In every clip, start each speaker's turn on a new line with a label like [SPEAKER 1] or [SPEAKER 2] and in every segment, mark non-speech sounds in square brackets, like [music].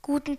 [SPEAKER 1] guten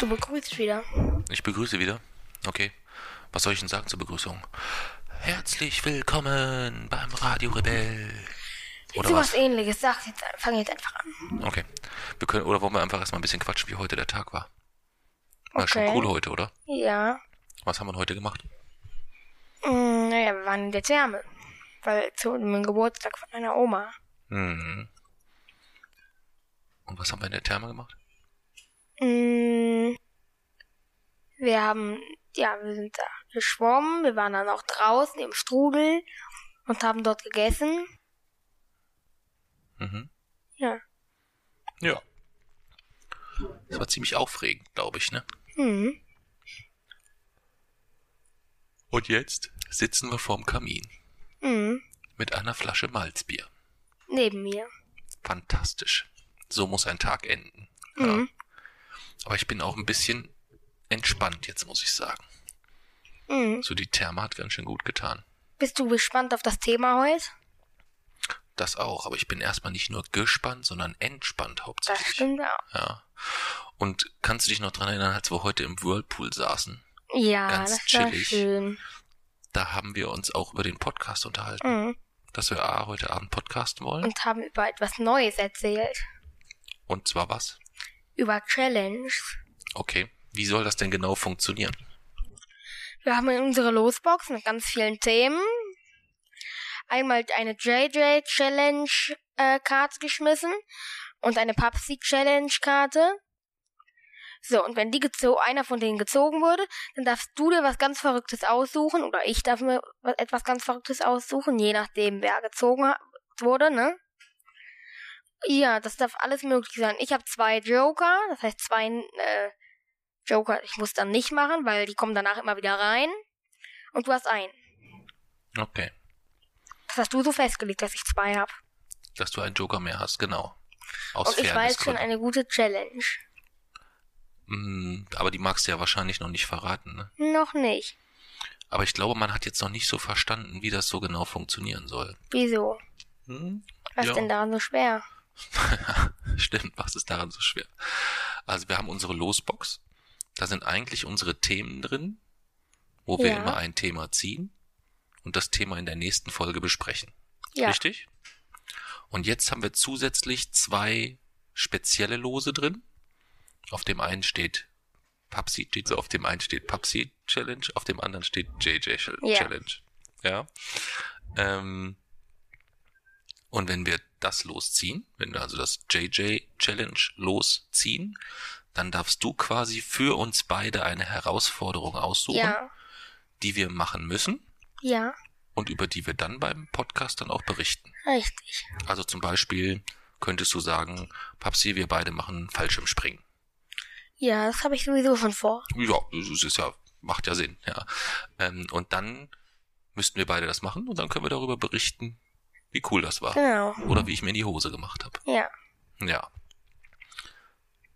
[SPEAKER 1] Du begrüßt wieder.
[SPEAKER 2] Ich begrüße wieder. Okay. Was soll ich denn sagen zur Begrüßung? Herzlich willkommen beim Radio Rebell. Oder
[SPEAKER 1] so was
[SPEAKER 2] was?
[SPEAKER 1] ähnliches. Sag jetzt, fang jetzt einfach an.
[SPEAKER 2] Okay. Wir können, oder wollen wir einfach erstmal ein bisschen quatschen, wie heute der Tag war? War schon
[SPEAKER 1] Okay.
[SPEAKER 2] cool heute, oder?
[SPEAKER 1] Ja.
[SPEAKER 2] Was haben wir heute gemacht?
[SPEAKER 1] Mm, naja, wir waren in der Therme. Weil zu einem Geburtstag von meiner Oma.
[SPEAKER 2] Mhm. Und was haben wir in der Therme gemacht?
[SPEAKER 1] Mm, wir haben, ja, wir sind da geschwommen. Wir waren dann auch draußen im Strudel und haben dort gegessen.
[SPEAKER 2] Mhm.
[SPEAKER 1] Ja.
[SPEAKER 2] Ja. Das war ziemlich aufregend, glaube ich, ne?
[SPEAKER 1] Hm.
[SPEAKER 2] Und jetzt sitzen wir vorm Kamin
[SPEAKER 1] Hm.
[SPEAKER 2] mit einer Flasche Malzbier.
[SPEAKER 1] Neben mir.
[SPEAKER 2] fantastisch. So muss ein Tag enden. Ja.
[SPEAKER 1] Mhm.
[SPEAKER 2] Aber ich bin auch ein bisschen entspannt jetzt, muss ich sagen.
[SPEAKER 1] Hm.
[SPEAKER 2] So die Therme hat ganz schön gut getan.
[SPEAKER 1] Bist du gespannt auf das Thema heute?
[SPEAKER 2] Das auch, aber ich bin erstmal nicht nur gespannt, sondern entspannt
[SPEAKER 1] Das
[SPEAKER 2] hauptsächlich.
[SPEAKER 1] stimmt auch.
[SPEAKER 2] Ja. Und kannst du dich noch dran erinnern, als wir heute im Whirlpool saßen?
[SPEAKER 1] Ja,
[SPEAKER 2] Ganz
[SPEAKER 1] das war
[SPEAKER 2] chillig.
[SPEAKER 1] schön.
[SPEAKER 2] Da haben wir uns auch über den Podcast unterhalten,
[SPEAKER 1] Mhm.
[SPEAKER 2] dass wir A, heute Abend podcasten wollen.
[SPEAKER 1] Und haben über etwas Neues erzählt.
[SPEAKER 2] Und zwar was?
[SPEAKER 1] Über Challenge.
[SPEAKER 2] Okay. Wie soll das denn genau funktionieren?
[SPEAKER 1] Wir haben in unsere Losbox mit ganz vielen Themen einmal eine JJ Challenge äh, Karte geschmissen und eine Pupsi Challenge Karte. So, und wenn die gezo- einer von denen gezogen wurde, dann darfst du dir was ganz Verrücktes aussuchen oder ich darf mir was- etwas ganz Verrücktes aussuchen, je nachdem wer gezogen ha- wurde, ne? Ja, das darf alles möglich sein. Ich habe zwei Joker, das heißt zwei äh, Joker, ich muss dann nicht machen, weil die kommen danach immer wieder rein. Und du hast einen.
[SPEAKER 2] Okay.
[SPEAKER 1] Das hast du so festgelegt, dass ich zwei habe.
[SPEAKER 2] Dass du einen Joker mehr hast, genau. Aus
[SPEAKER 1] Und ich weiß schon
[SPEAKER 2] Fairnessgründen.
[SPEAKER 1] eine gute Challenge.
[SPEAKER 2] Mm, Aber die magst du ja wahrscheinlich noch nicht verraten, ne?
[SPEAKER 1] Noch nicht.
[SPEAKER 2] Aber ich glaube, man hat jetzt noch nicht so verstanden, wie das so genau funktionieren soll.
[SPEAKER 1] Wieso? Was
[SPEAKER 2] Ja.
[SPEAKER 1] ist denn daran so schwer?
[SPEAKER 2] [laughs] Stimmt, was ist daran so schwer? Also wir haben unsere Losbox. Da sind eigentlich unsere Themen drin, wo wir
[SPEAKER 1] Ja.
[SPEAKER 2] immer ein Thema ziehen und das Thema in der nächsten Folge besprechen.
[SPEAKER 1] Ja.
[SPEAKER 2] Richtig? Und jetzt haben wir zusätzlich zwei spezielle Lose drin. Auf dem einen steht Papsi, also auf dem einen steht Papsi Challenge, auf dem anderen steht JJ Chal-
[SPEAKER 1] Ja.
[SPEAKER 2] Challenge. Ja. Ähm, und wenn wir das losziehen, wenn wir also das JJ Challenge losziehen, dann darfst du quasi für uns beide eine Herausforderung aussuchen,
[SPEAKER 1] Ja.
[SPEAKER 2] die wir machen müssen
[SPEAKER 1] Ja.
[SPEAKER 2] und über die wir dann beim Podcast dann auch berichten.
[SPEAKER 1] Richtig.
[SPEAKER 2] Also zum Beispiel könntest du sagen, Papsi, wir beide machen Fallschirmspringen.
[SPEAKER 1] Ja, das habe ich sowieso schon vor.
[SPEAKER 2] Ja, das ist ja, macht ja Sinn, ja. Ähm, und dann müssten wir beide das machen und dann können wir darüber berichten, wie cool das war.
[SPEAKER 1] Genau.
[SPEAKER 2] Oder wie ich mir in die Hose gemacht habe.
[SPEAKER 1] Ja.
[SPEAKER 2] Ja.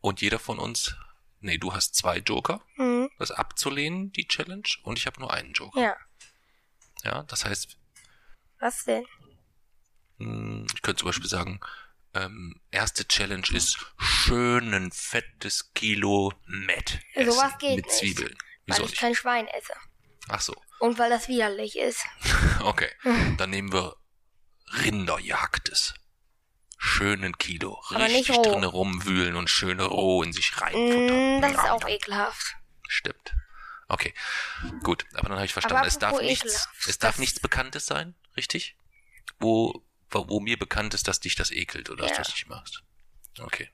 [SPEAKER 2] Und jeder von uns, nee, du hast zwei Joker,
[SPEAKER 1] Hm.
[SPEAKER 2] das abzulehnen, die Challenge, und ich habe nur einen Joker.
[SPEAKER 1] Ja.
[SPEAKER 2] Ja, das heißt,
[SPEAKER 1] Was denn?
[SPEAKER 2] Hm, Ich könnte zum Beispiel sagen, ähm, erste Challenge ist schön ein fettes Kilo Met essen
[SPEAKER 1] Sowas geht
[SPEAKER 2] mit
[SPEAKER 1] nicht.
[SPEAKER 2] Zwiebeln.
[SPEAKER 1] Weil
[SPEAKER 2] Wieso
[SPEAKER 1] ich
[SPEAKER 2] nicht?
[SPEAKER 1] kein Schwein esse.
[SPEAKER 2] Ach so, [laughs]
[SPEAKER 1] Und weil das widerlich ist. [laughs]
[SPEAKER 2] okay. Dann nehmen wir Rinderjagdes. Schönen Kilo.
[SPEAKER 1] Aber nicht
[SPEAKER 2] Richtig
[SPEAKER 1] roh.
[SPEAKER 2] drinne rumwühlen und schön roh in sich reinfuttern.
[SPEAKER 1] Hm, das ist
[SPEAKER 2] Nom,
[SPEAKER 1] auch
[SPEAKER 2] nom.
[SPEAKER 1] ekelhaft.
[SPEAKER 2] Stimmt. Okay, gut. Aber dann habe ich verstanden. Es darf
[SPEAKER 1] apropos
[SPEAKER 2] nichts,
[SPEAKER 1] ekelhaft,
[SPEAKER 2] es darf
[SPEAKER 1] das-
[SPEAKER 2] nichts Bekanntes sein, richtig? Wo, wo wo mir bekannt ist, dass dich das ekelt oder dass
[SPEAKER 1] Ja.
[SPEAKER 2] du es nicht machst. Okay.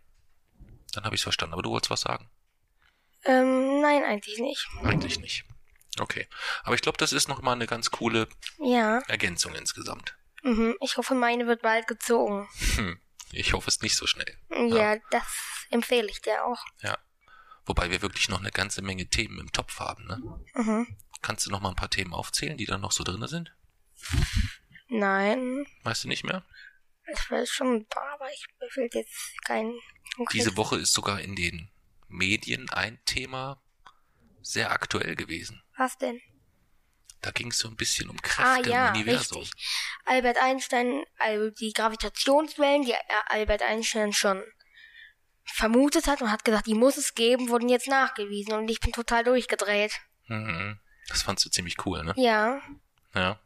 [SPEAKER 2] Dann habe ich es verstanden. Aber du wolltest was sagen?
[SPEAKER 1] Ähm, nein, eigentlich nicht.
[SPEAKER 2] Eigentlich nicht. Okay. Aber ich glaube, das ist nochmal eine ganz coole
[SPEAKER 1] Ja.
[SPEAKER 2] Ergänzung insgesamt.
[SPEAKER 1] Mhm. Ich hoffe, meine wird bald gezogen.
[SPEAKER 2] Hm. Ich hoffe es nicht so schnell.
[SPEAKER 1] Ja, das empfehle ich dir auch.
[SPEAKER 2] Wobei wir wirklich noch eine ganze Menge Themen im Topf haben, ne?
[SPEAKER 1] Mhm.
[SPEAKER 2] Kannst du noch mal ein paar Themen aufzählen, die da noch so drinne sind?
[SPEAKER 1] Nein,
[SPEAKER 2] Weißt du nicht mehr?
[SPEAKER 1] ich weiß schon ein paar, aber ich mir fehlt jetzt kein konkretes.
[SPEAKER 2] Diese Woche ist sogar in den Medien ein Thema sehr aktuell gewesen.
[SPEAKER 1] Was denn?
[SPEAKER 2] Da ging es so ein bisschen um Kräfte
[SPEAKER 1] Ah, ja,
[SPEAKER 2] im Universum.
[SPEAKER 1] richtig. Albert Einstein, also die Gravitationswellen, die äh, Albert Einstein schon vermutet hat und hat gesagt, die muss es geben, wurden jetzt nachgewiesen und ich bin total durchgedreht.
[SPEAKER 2] Mhm. Das fandst du ziemlich cool, ne?
[SPEAKER 1] Ja.
[SPEAKER 2] Ja.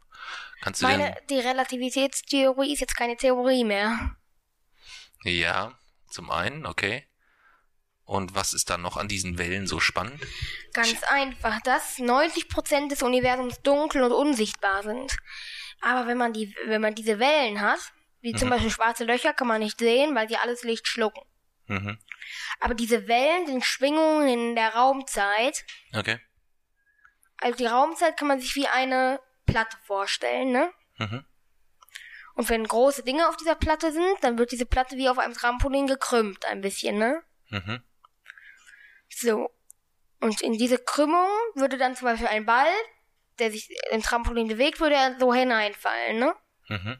[SPEAKER 2] Kannst du
[SPEAKER 1] Meine,
[SPEAKER 2] denn,
[SPEAKER 1] die Relativitätstheorie ist jetzt keine Theorie mehr.
[SPEAKER 2] ja, zum einen, okay. Und was ist dann noch an diesen Wellen so spannend?
[SPEAKER 1] Ganz einfach, dass 90% des Universums dunkel und unsichtbar sind. Aber wenn man die, wenn man diese Wellen hat, wie zum
[SPEAKER 2] Mhm.
[SPEAKER 1] Beispiel schwarze Löcher, kann man nicht sehen, weil sie alles Licht schlucken.
[SPEAKER 2] Mhm.
[SPEAKER 1] Aber diese Wellen sind Schwingungen in der Raumzeit.
[SPEAKER 2] Okay.
[SPEAKER 1] Also die Raumzeit kann man sich wie eine Platte vorstellen, ne?
[SPEAKER 2] Mhm.
[SPEAKER 1] Und wenn große Dinge auf dieser Platte sind, dann wird diese Platte wie auf einem Trampolin gekrümmt, ein bisschen, ne?
[SPEAKER 2] Mhm.
[SPEAKER 1] So. Und in diese Krümmung würde dann zum Beispiel ein Ball, der sich im Trampolin bewegt, würde er so hineinfallen, ne?
[SPEAKER 2] Mhm.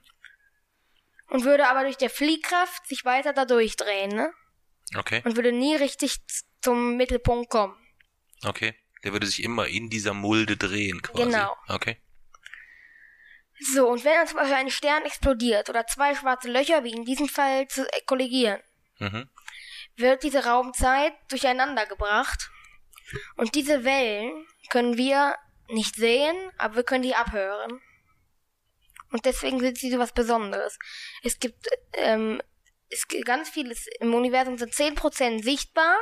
[SPEAKER 1] Und würde aber durch der Fliehkraft sich weiter da durchdrehen, ne?
[SPEAKER 2] Okay.
[SPEAKER 1] Und würde nie richtig z- zum Mittelpunkt kommen.
[SPEAKER 2] Okay. Der würde sich immer in dieser Mulde drehen, quasi.
[SPEAKER 1] Genau.
[SPEAKER 2] Okay.
[SPEAKER 1] So, und wenn dann zum Beispiel ein Stern explodiert oder zwei schwarze Löcher, wie in diesem Fall, zu äh, kollidieren,
[SPEAKER 2] Mhm.
[SPEAKER 1] wird diese Raumzeit durcheinander gebracht. Und diese Wellen können wir nicht sehen, aber wir können die abhören. Und deswegen sind sie so was Besonderes. Es gibt ähm, es gibt ganz vieles. Im Universum sind 10% sichtbar,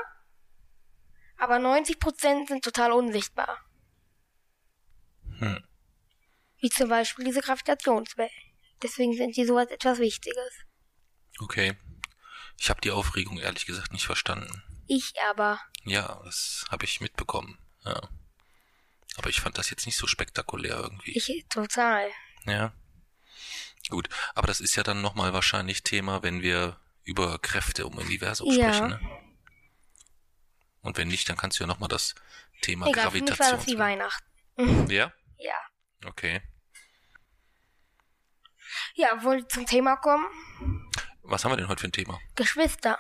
[SPEAKER 1] aber 90% sind total unsichtbar.
[SPEAKER 2] Hm.
[SPEAKER 1] Wie zum Beispiel diese Gravitationswellen. Deswegen sind sie sowas etwas Wichtiges.
[SPEAKER 2] Okay. Ich habe die Aufregung ehrlich gesagt nicht verstanden.
[SPEAKER 1] Ich aber.
[SPEAKER 2] Ja, das habe ich mitbekommen. Ja. Aber ich fand das jetzt nicht so spektakulär irgendwie.
[SPEAKER 1] Ich total.
[SPEAKER 2] Ja. Gut, aber das ist ja dann nochmal wahrscheinlich Thema, wenn wir über Kräfte im Universum
[SPEAKER 1] Ja.
[SPEAKER 2] sprechen. Ne? Und wenn nicht, dann kannst du ja nochmal das Thema
[SPEAKER 1] Egal, für mich war das wie
[SPEAKER 2] Gravitation.
[SPEAKER 1] Weihnachten.
[SPEAKER 2] Ja,
[SPEAKER 1] Ja.
[SPEAKER 2] okay.
[SPEAKER 1] Ja, wollen wir zum Thema kommen?
[SPEAKER 2] Was haben wir denn heute für ein Thema?
[SPEAKER 1] Geschwister.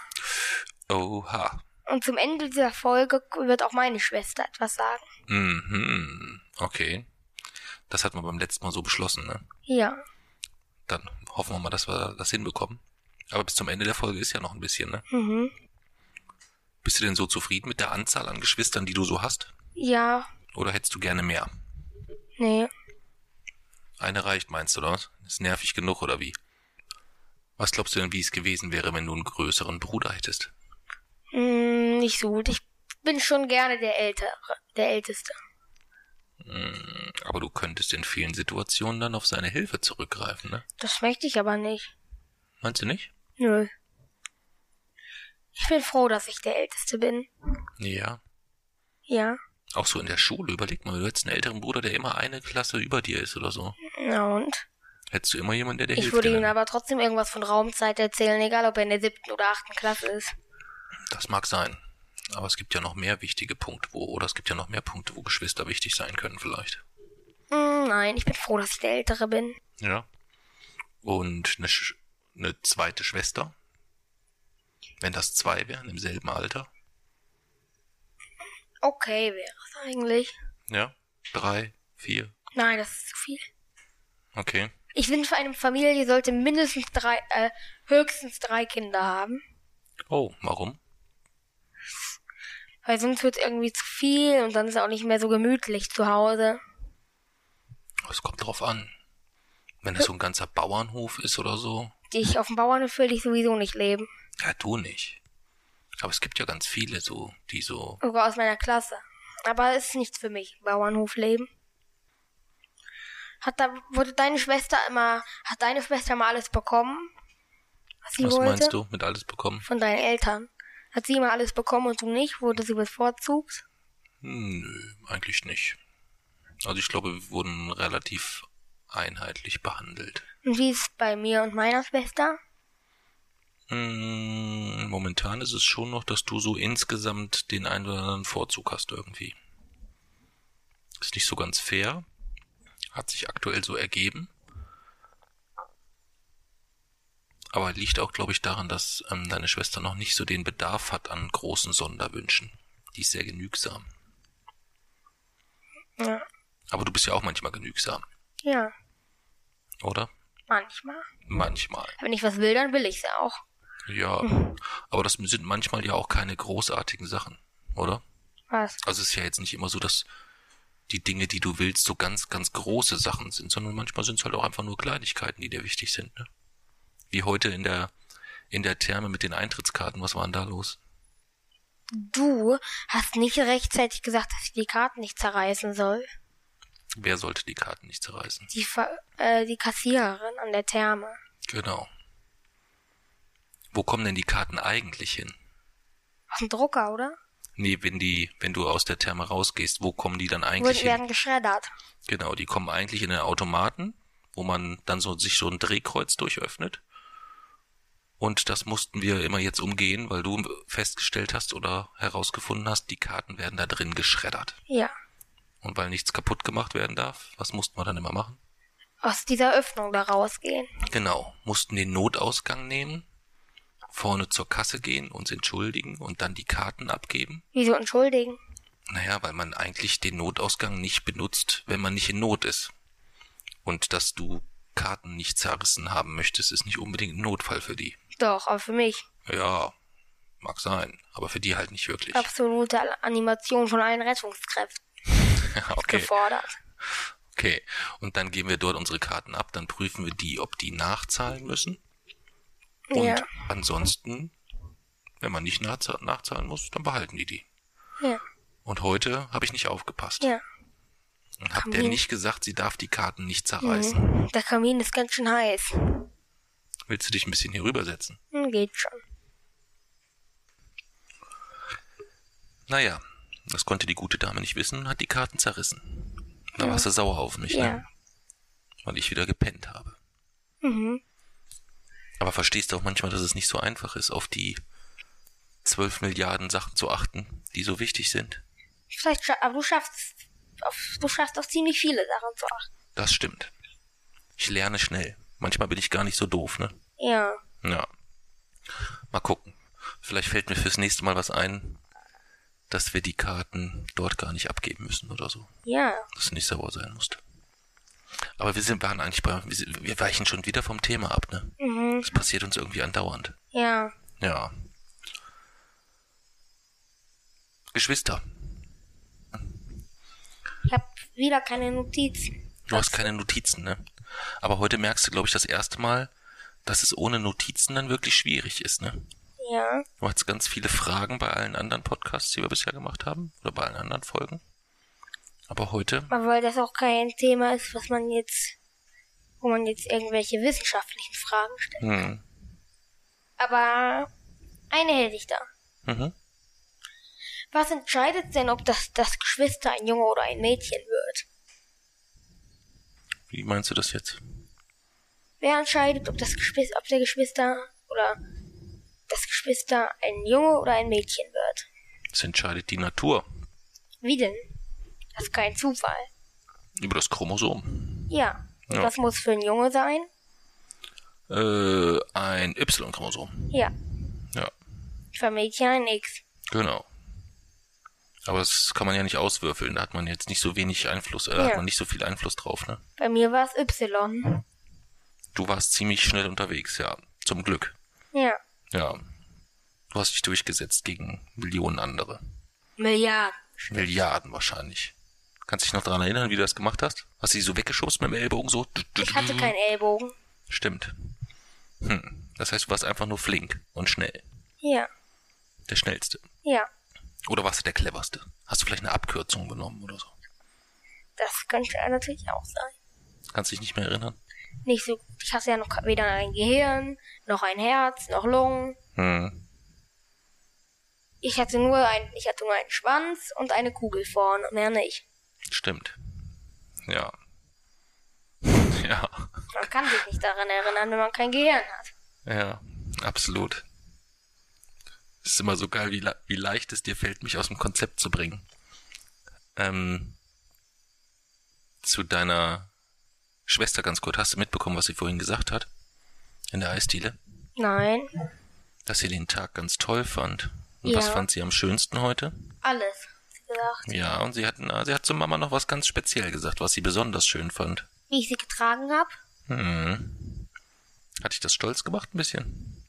[SPEAKER 2] Oha.
[SPEAKER 1] Und zum Ende dieser Folge wird auch meine Schwester etwas sagen.
[SPEAKER 2] Mhm. Okay. Das hatten wir beim letzten Mal so beschlossen, ne?
[SPEAKER 1] Ja.
[SPEAKER 2] Dann hoffen wir mal, dass wir das hinbekommen. Aber bis zum Ende der Folge ist ja noch ein bisschen, ne?
[SPEAKER 1] Mhm.
[SPEAKER 2] Bist du denn so zufrieden mit der Anzahl an Geschwistern, die du so hast?
[SPEAKER 1] Ja.
[SPEAKER 2] Oder hättest du gerne mehr?
[SPEAKER 1] Nee.
[SPEAKER 2] Eine reicht, meinst du, oder was? Ist nervig genug, oder wie? Was glaubst du denn, wie es gewesen wäre, wenn du einen größeren Bruder hättest?
[SPEAKER 1] Hm, nicht so gut. Ich bin schon gerne der Ältere, der Älteste.
[SPEAKER 2] Hm, Aber du könntest in vielen Situationen dann auf seine Hilfe zurückgreifen, ne?
[SPEAKER 1] Das möchte ich aber nicht.
[SPEAKER 2] Meinst du nicht?
[SPEAKER 1] Nö. Ich bin froh, dass ich der Älteste bin.
[SPEAKER 2] Ja.
[SPEAKER 1] Ja.
[SPEAKER 2] Auch so in der Schule, überleg mal, du hättest einen älteren Bruder, der immer eine Klasse über dir ist oder so.
[SPEAKER 1] Na und?
[SPEAKER 2] Hättest du immer jemanden, der dir
[SPEAKER 1] Ich
[SPEAKER 2] hilft?
[SPEAKER 1] würde
[SPEAKER 2] dir
[SPEAKER 1] ihm
[SPEAKER 2] dann?
[SPEAKER 1] aber trotzdem irgendwas von Raumzeit erzählen, egal ob er in der siebten oder achten Klasse ist.
[SPEAKER 2] Das mag sein. Aber es gibt ja noch mehr wichtige Punkte, wo, oder es gibt ja noch mehr Punkte, wo Geschwister wichtig sein können, vielleicht.
[SPEAKER 1] Hm, nein, ich bin froh, dass ich der Ältere bin.
[SPEAKER 2] Ja. Und eine, Sch eine zweite Schwester. Wenn das zwei wären, im selben Alter.
[SPEAKER 1] Okay wäre es eigentlich.
[SPEAKER 2] Ja. Drei, vier.
[SPEAKER 1] Nein, das ist zu viel.
[SPEAKER 2] Okay.
[SPEAKER 1] Ich finde, für eine Familie sollte mindestens drei, äh, höchstens drei Kinder haben.
[SPEAKER 2] Oh, warum?
[SPEAKER 1] Weil sonst wird irgendwie zu viel und dann ist auch nicht mehr so gemütlich zu Hause.
[SPEAKER 2] Es kommt drauf an. Wenn das so ein ganzer Bauernhof ist oder so.
[SPEAKER 1] Die ich auf dem Bauernhof will ich sowieso nicht leben.
[SPEAKER 2] Ja, du nicht. Aber es gibt ja ganz viele so, die so.
[SPEAKER 1] Sogar aus meiner Klasse. Aber es ist nichts für mich, Bauernhof leben. Hat da, wurde deine Schwester immer, hat deine Schwester mal alles bekommen? Was sie
[SPEAKER 2] was
[SPEAKER 1] wollte?
[SPEAKER 2] meinst du mit alles bekommen?
[SPEAKER 1] Von deinen Eltern. Hat sie immer alles bekommen und du nicht? Wurde sie bevorzugt?
[SPEAKER 2] Hm, Nö, eigentlich nicht. Also ich glaube, wir wurden relativ einheitlich behandelt.
[SPEAKER 1] Und wie ist es bei mir und meiner Schwester?
[SPEAKER 2] Mm, Momentan ist es schon noch, dass du so insgesamt den einen oder anderen Vorzug hast irgendwie. Ist nicht so ganz fair. Hat sich aktuell so ergeben. Aber liegt auch, glaube ich, daran, dass ähm, deine Schwester noch nicht so den Bedarf hat an großen Sonderwünschen. Die ist sehr genügsam.
[SPEAKER 1] Ja.
[SPEAKER 2] Aber du bist ja auch manchmal genügsam,
[SPEAKER 1] Ja,
[SPEAKER 2] oder?
[SPEAKER 1] manchmal.
[SPEAKER 2] Manchmal.
[SPEAKER 1] Wenn ich was will, dann will ich's ja auch.
[SPEAKER 2] Ja. Aber das sind manchmal ja auch keine großartigen Sachen, oder?
[SPEAKER 1] Was?
[SPEAKER 2] Also es ist ja jetzt nicht immer so, dass die Dinge, die du willst, so ganz, ganz große Sachen sind, sondern manchmal sind es halt auch einfach nur Kleinigkeiten, die dir wichtig sind. Ne? Wie heute in der in der Therme mit den Eintrittskarten. Was war denn da los?
[SPEAKER 1] Du hast nicht rechtzeitig gesagt, dass ich die Karten nicht zerreißen soll.
[SPEAKER 2] Wer sollte die Karten nicht zerreißen?
[SPEAKER 1] Die, Ver äh, die Kassiererin an der Therme.
[SPEAKER 2] Genau. Wo kommen denn die Karten eigentlich hin?
[SPEAKER 1] Aus dem Drucker, oder?
[SPEAKER 2] Nee, wenn die, wenn du aus der Therme rausgehst, wo kommen die dann eigentlich
[SPEAKER 1] Wurden
[SPEAKER 2] hin?
[SPEAKER 1] werden geschreddert.
[SPEAKER 2] Genau, die kommen eigentlich in den Automaten, wo man dann so sich so ein Drehkreuz durchöffnet. Und das mussten wir immer jetzt umgehen, weil du festgestellt hast oder herausgefunden hast, die Karten werden da drin geschreddert.
[SPEAKER 1] Ja.
[SPEAKER 2] Und weil nichts kaputt gemacht werden darf, was mussten wir dann immer machen?
[SPEAKER 1] Aus dieser Öffnung da rausgehen.
[SPEAKER 2] Genau, mussten den Notausgang nehmen, vorne zur Kasse gehen, uns entschuldigen und dann die Karten abgeben.
[SPEAKER 1] Wieso entschuldigen?
[SPEAKER 2] Naja, weil man eigentlich den Notausgang nicht benutzt, wenn man nicht in Not ist. Und dass du Karten nicht zerrissen haben möchtest, ist nicht unbedingt ein Notfall für die.
[SPEAKER 1] Doch, aber für mich.
[SPEAKER 2] Ja, mag sein, aber für die halt nicht wirklich.
[SPEAKER 1] Absolute Animation von allen Rettungskräften
[SPEAKER 2] [laughs] okay,
[SPEAKER 1] gefordert.
[SPEAKER 2] okay. Und dann geben wir dort unsere Karten ab, dann prüfen wir die, ob die nachzahlen müssen. Und
[SPEAKER 1] Ja.
[SPEAKER 2] ansonsten, wenn man nicht nachza- nachzahlen muss, dann behalten die die.
[SPEAKER 1] Ja.
[SPEAKER 2] Und heute habe ich nicht aufgepasst.
[SPEAKER 1] Ja.
[SPEAKER 2] und hab
[SPEAKER 1] kann
[SPEAKER 2] der
[SPEAKER 1] mir-
[SPEAKER 2] nicht gesagt, sie darf die Karten nicht zerreißen.
[SPEAKER 1] Mhm. Der Kamin ist ganz schön heiß.
[SPEAKER 2] Willst du dich ein bisschen hier rübersetzen?
[SPEAKER 1] Hm, geht schon.
[SPEAKER 2] Naja, das konnte die gute Dame nicht wissen und hat die Karten zerrissen. Da
[SPEAKER 1] Ja.
[SPEAKER 2] warst du sauer auf mich,
[SPEAKER 1] Ja.
[SPEAKER 2] ne? Weil ich wieder gepennt habe.
[SPEAKER 1] Mhm.
[SPEAKER 2] Aber verstehst du auch manchmal, dass es nicht so einfach ist, auf die 12 Milliarden Sachen zu achten, die so wichtig sind?
[SPEAKER 1] Vielleicht, scha- aber du schaffst, auf, du schaffst auch ziemlich viele Sachen zu achten.
[SPEAKER 2] Das stimmt. Ich lerne schnell. Manchmal bin ich gar nicht so doof, ne?
[SPEAKER 1] Ja.
[SPEAKER 2] Ja. Mal gucken. Vielleicht fällt mir fürs nächste Mal was ein, dass wir die Karten dort gar nicht abgeben müssen oder so.
[SPEAKER 1] Ja.
[SPEAKER 2] dass du nicht sauer sein musst. Aber wir sind, waren eigentlich bei, wir, sind, wir weichen schon wieder vom Thema ab, ne?
[SPEAKER 1] Mhm.
[SPEAKER 2] Das passiert uns irgendwie andauernd.
[SPEAKER 1] Ja.
[SPEAKER 2] Ja. Geschwister.
[SPEAKER 1] Ich hab wieder keine Notiz.
[SPEAKER 2] Du hast keine Notizen, ne? Aber heute merkst du, glaube ich, das erste Mal, dass es ohne Notizen dann wirklich schwierig ist, ne?
[SPEAKER 1] Ja.
[SPEAKER 2] Du hast ganz viele Fragen bei allen anderen Podcasts, die wir bisher gemacht haben, oder bei allen anderen Folgen. Aber heute,
[SPEAKER 1] Aber weil das auch kein Thema ist, was man jetzt, wo man jetzt irgendwelche wissenschaftlichen Fragen stellt.
[SPEAKER 2] hm,
[SPEAKER 1] Aber eine hätte ich da.
[SPEAKER 2] mhm.
[SPEAKER 1] Was entscheidet denn, ob das, das Geschwister ein Junge oder ein Mädchen wird?
[SPEAKER 2] wie meinst du das jetzt?
[SPEAKER 1] Wer entscheidet, ob das Geschwister, ob der Geschwister oder das Geschwister ein Junge oder ein Mädchen wird?
[SPEAKER 2] Das entscheidet die Natur
[SPEAKER 1] Wie denn? Das ist kein Zufall.
[SPEAKER 2] über das Chromosom.
[SPEAKER 1] Ja. Und
[SPEAKER 2] Ja.
[SPEAKER 1] was muss für ein Junge sein?
[SPEAKER 2] Äh, ein Y-Chromosom.
[SPEAKER 1] Ja.
[SPEAKER 2] Ja,
[SPEAKER 1] Für Mädchen ein X.
[SPEAKER 2] genau. Aber das kann man ja nicht auswürfeln. Da hat man jetzt nicht so wenig Einfluss, äh, da hat
[SPEAKER 1] Ja.
[SPEAKER 2] man nicht so viel Einfluss drauf, ne?
[SPEAKER 1] Bei mir war es Y.
[SPEAKER 2] Du warst ziemlich schnell unterwegs, ja. Zum Glück.
[SPEAKER 1] Ja.
[SPEAKER 2] Ja. Du hast dich durchgesetzt gegen Millionen andere.
[SPEAKER 1] Milliarden.
[SPEAKER 2] Milliarden wahrscheinlich. Kannst dich noch daran erinnern, wie du das gemacht hast? Hast du die so weggeschubst mit dem Ellbogen so?
[SPEAKER 1] Ich hatte keinen Ellbogen.
[SPEAKER 2] Stimmt. Hm. Das heißt, du warst einfach nur flink und schnell.
[SPEAKER 1] Ja.
[SPEAKER 2] Der schnellste.
[SPEAKER 1] Ja.
[SPEAKER 2] Oder warst du der cleverste? Hast du vielleicht eine Abkürzung genommen oder so?
[SPEAKER 1] Das könnte er natürlich auch sein.
[SPEAKER 2] Kannst dich nicht mehr erinnern?
[SPEAKER 1] Nicht so gut. Ich hatte ja noch weder ein Gehirn, noch ein Herz, noch Lungen.
[SPEAKER 2] Hm.
[SPEAKER 1] Ich hatte nur ein, ich hatte nur einen Schwanz und eine Kugel vorne, mehr nicht.
[SPEAKER 2] Stimmt. [laughs] Ja. Ja.
[SPEAKER 1] Man kann sich nicht daran erinnern, wenn man kein Gehirn hat.
[SPEAKER 2] Ja. Absolut. Es ist immer so geil, wie, le- wie leicht es dir fällt, mich aus dem Konzept zu bringen. Ähm, zu deiner Schwester ganz kurz. Hast du mitbekommen, was sie vorhin gesagt hat? In der Eisdiele?
[SPEAKER 1] Nein.
[SPEAKER 2] Dass sie den Tag ganz toll fand. Und
[SPEAKER 1] Ja.
[SPEAKER 2] was fand sie am schönsten heute?
[SPEAKER 1] Alles. Sie gesagt,
[SPEAKER 2] Ja, und sie hat, na, sie hat zu Mama noch was ganz speziell gesagt, was sie besonders schön fand.
[SPEAKER 1] wie ich sie getragen habe.
[SPEAKER 2] Hm. Hat dich das stolz gemacht ein bisschen?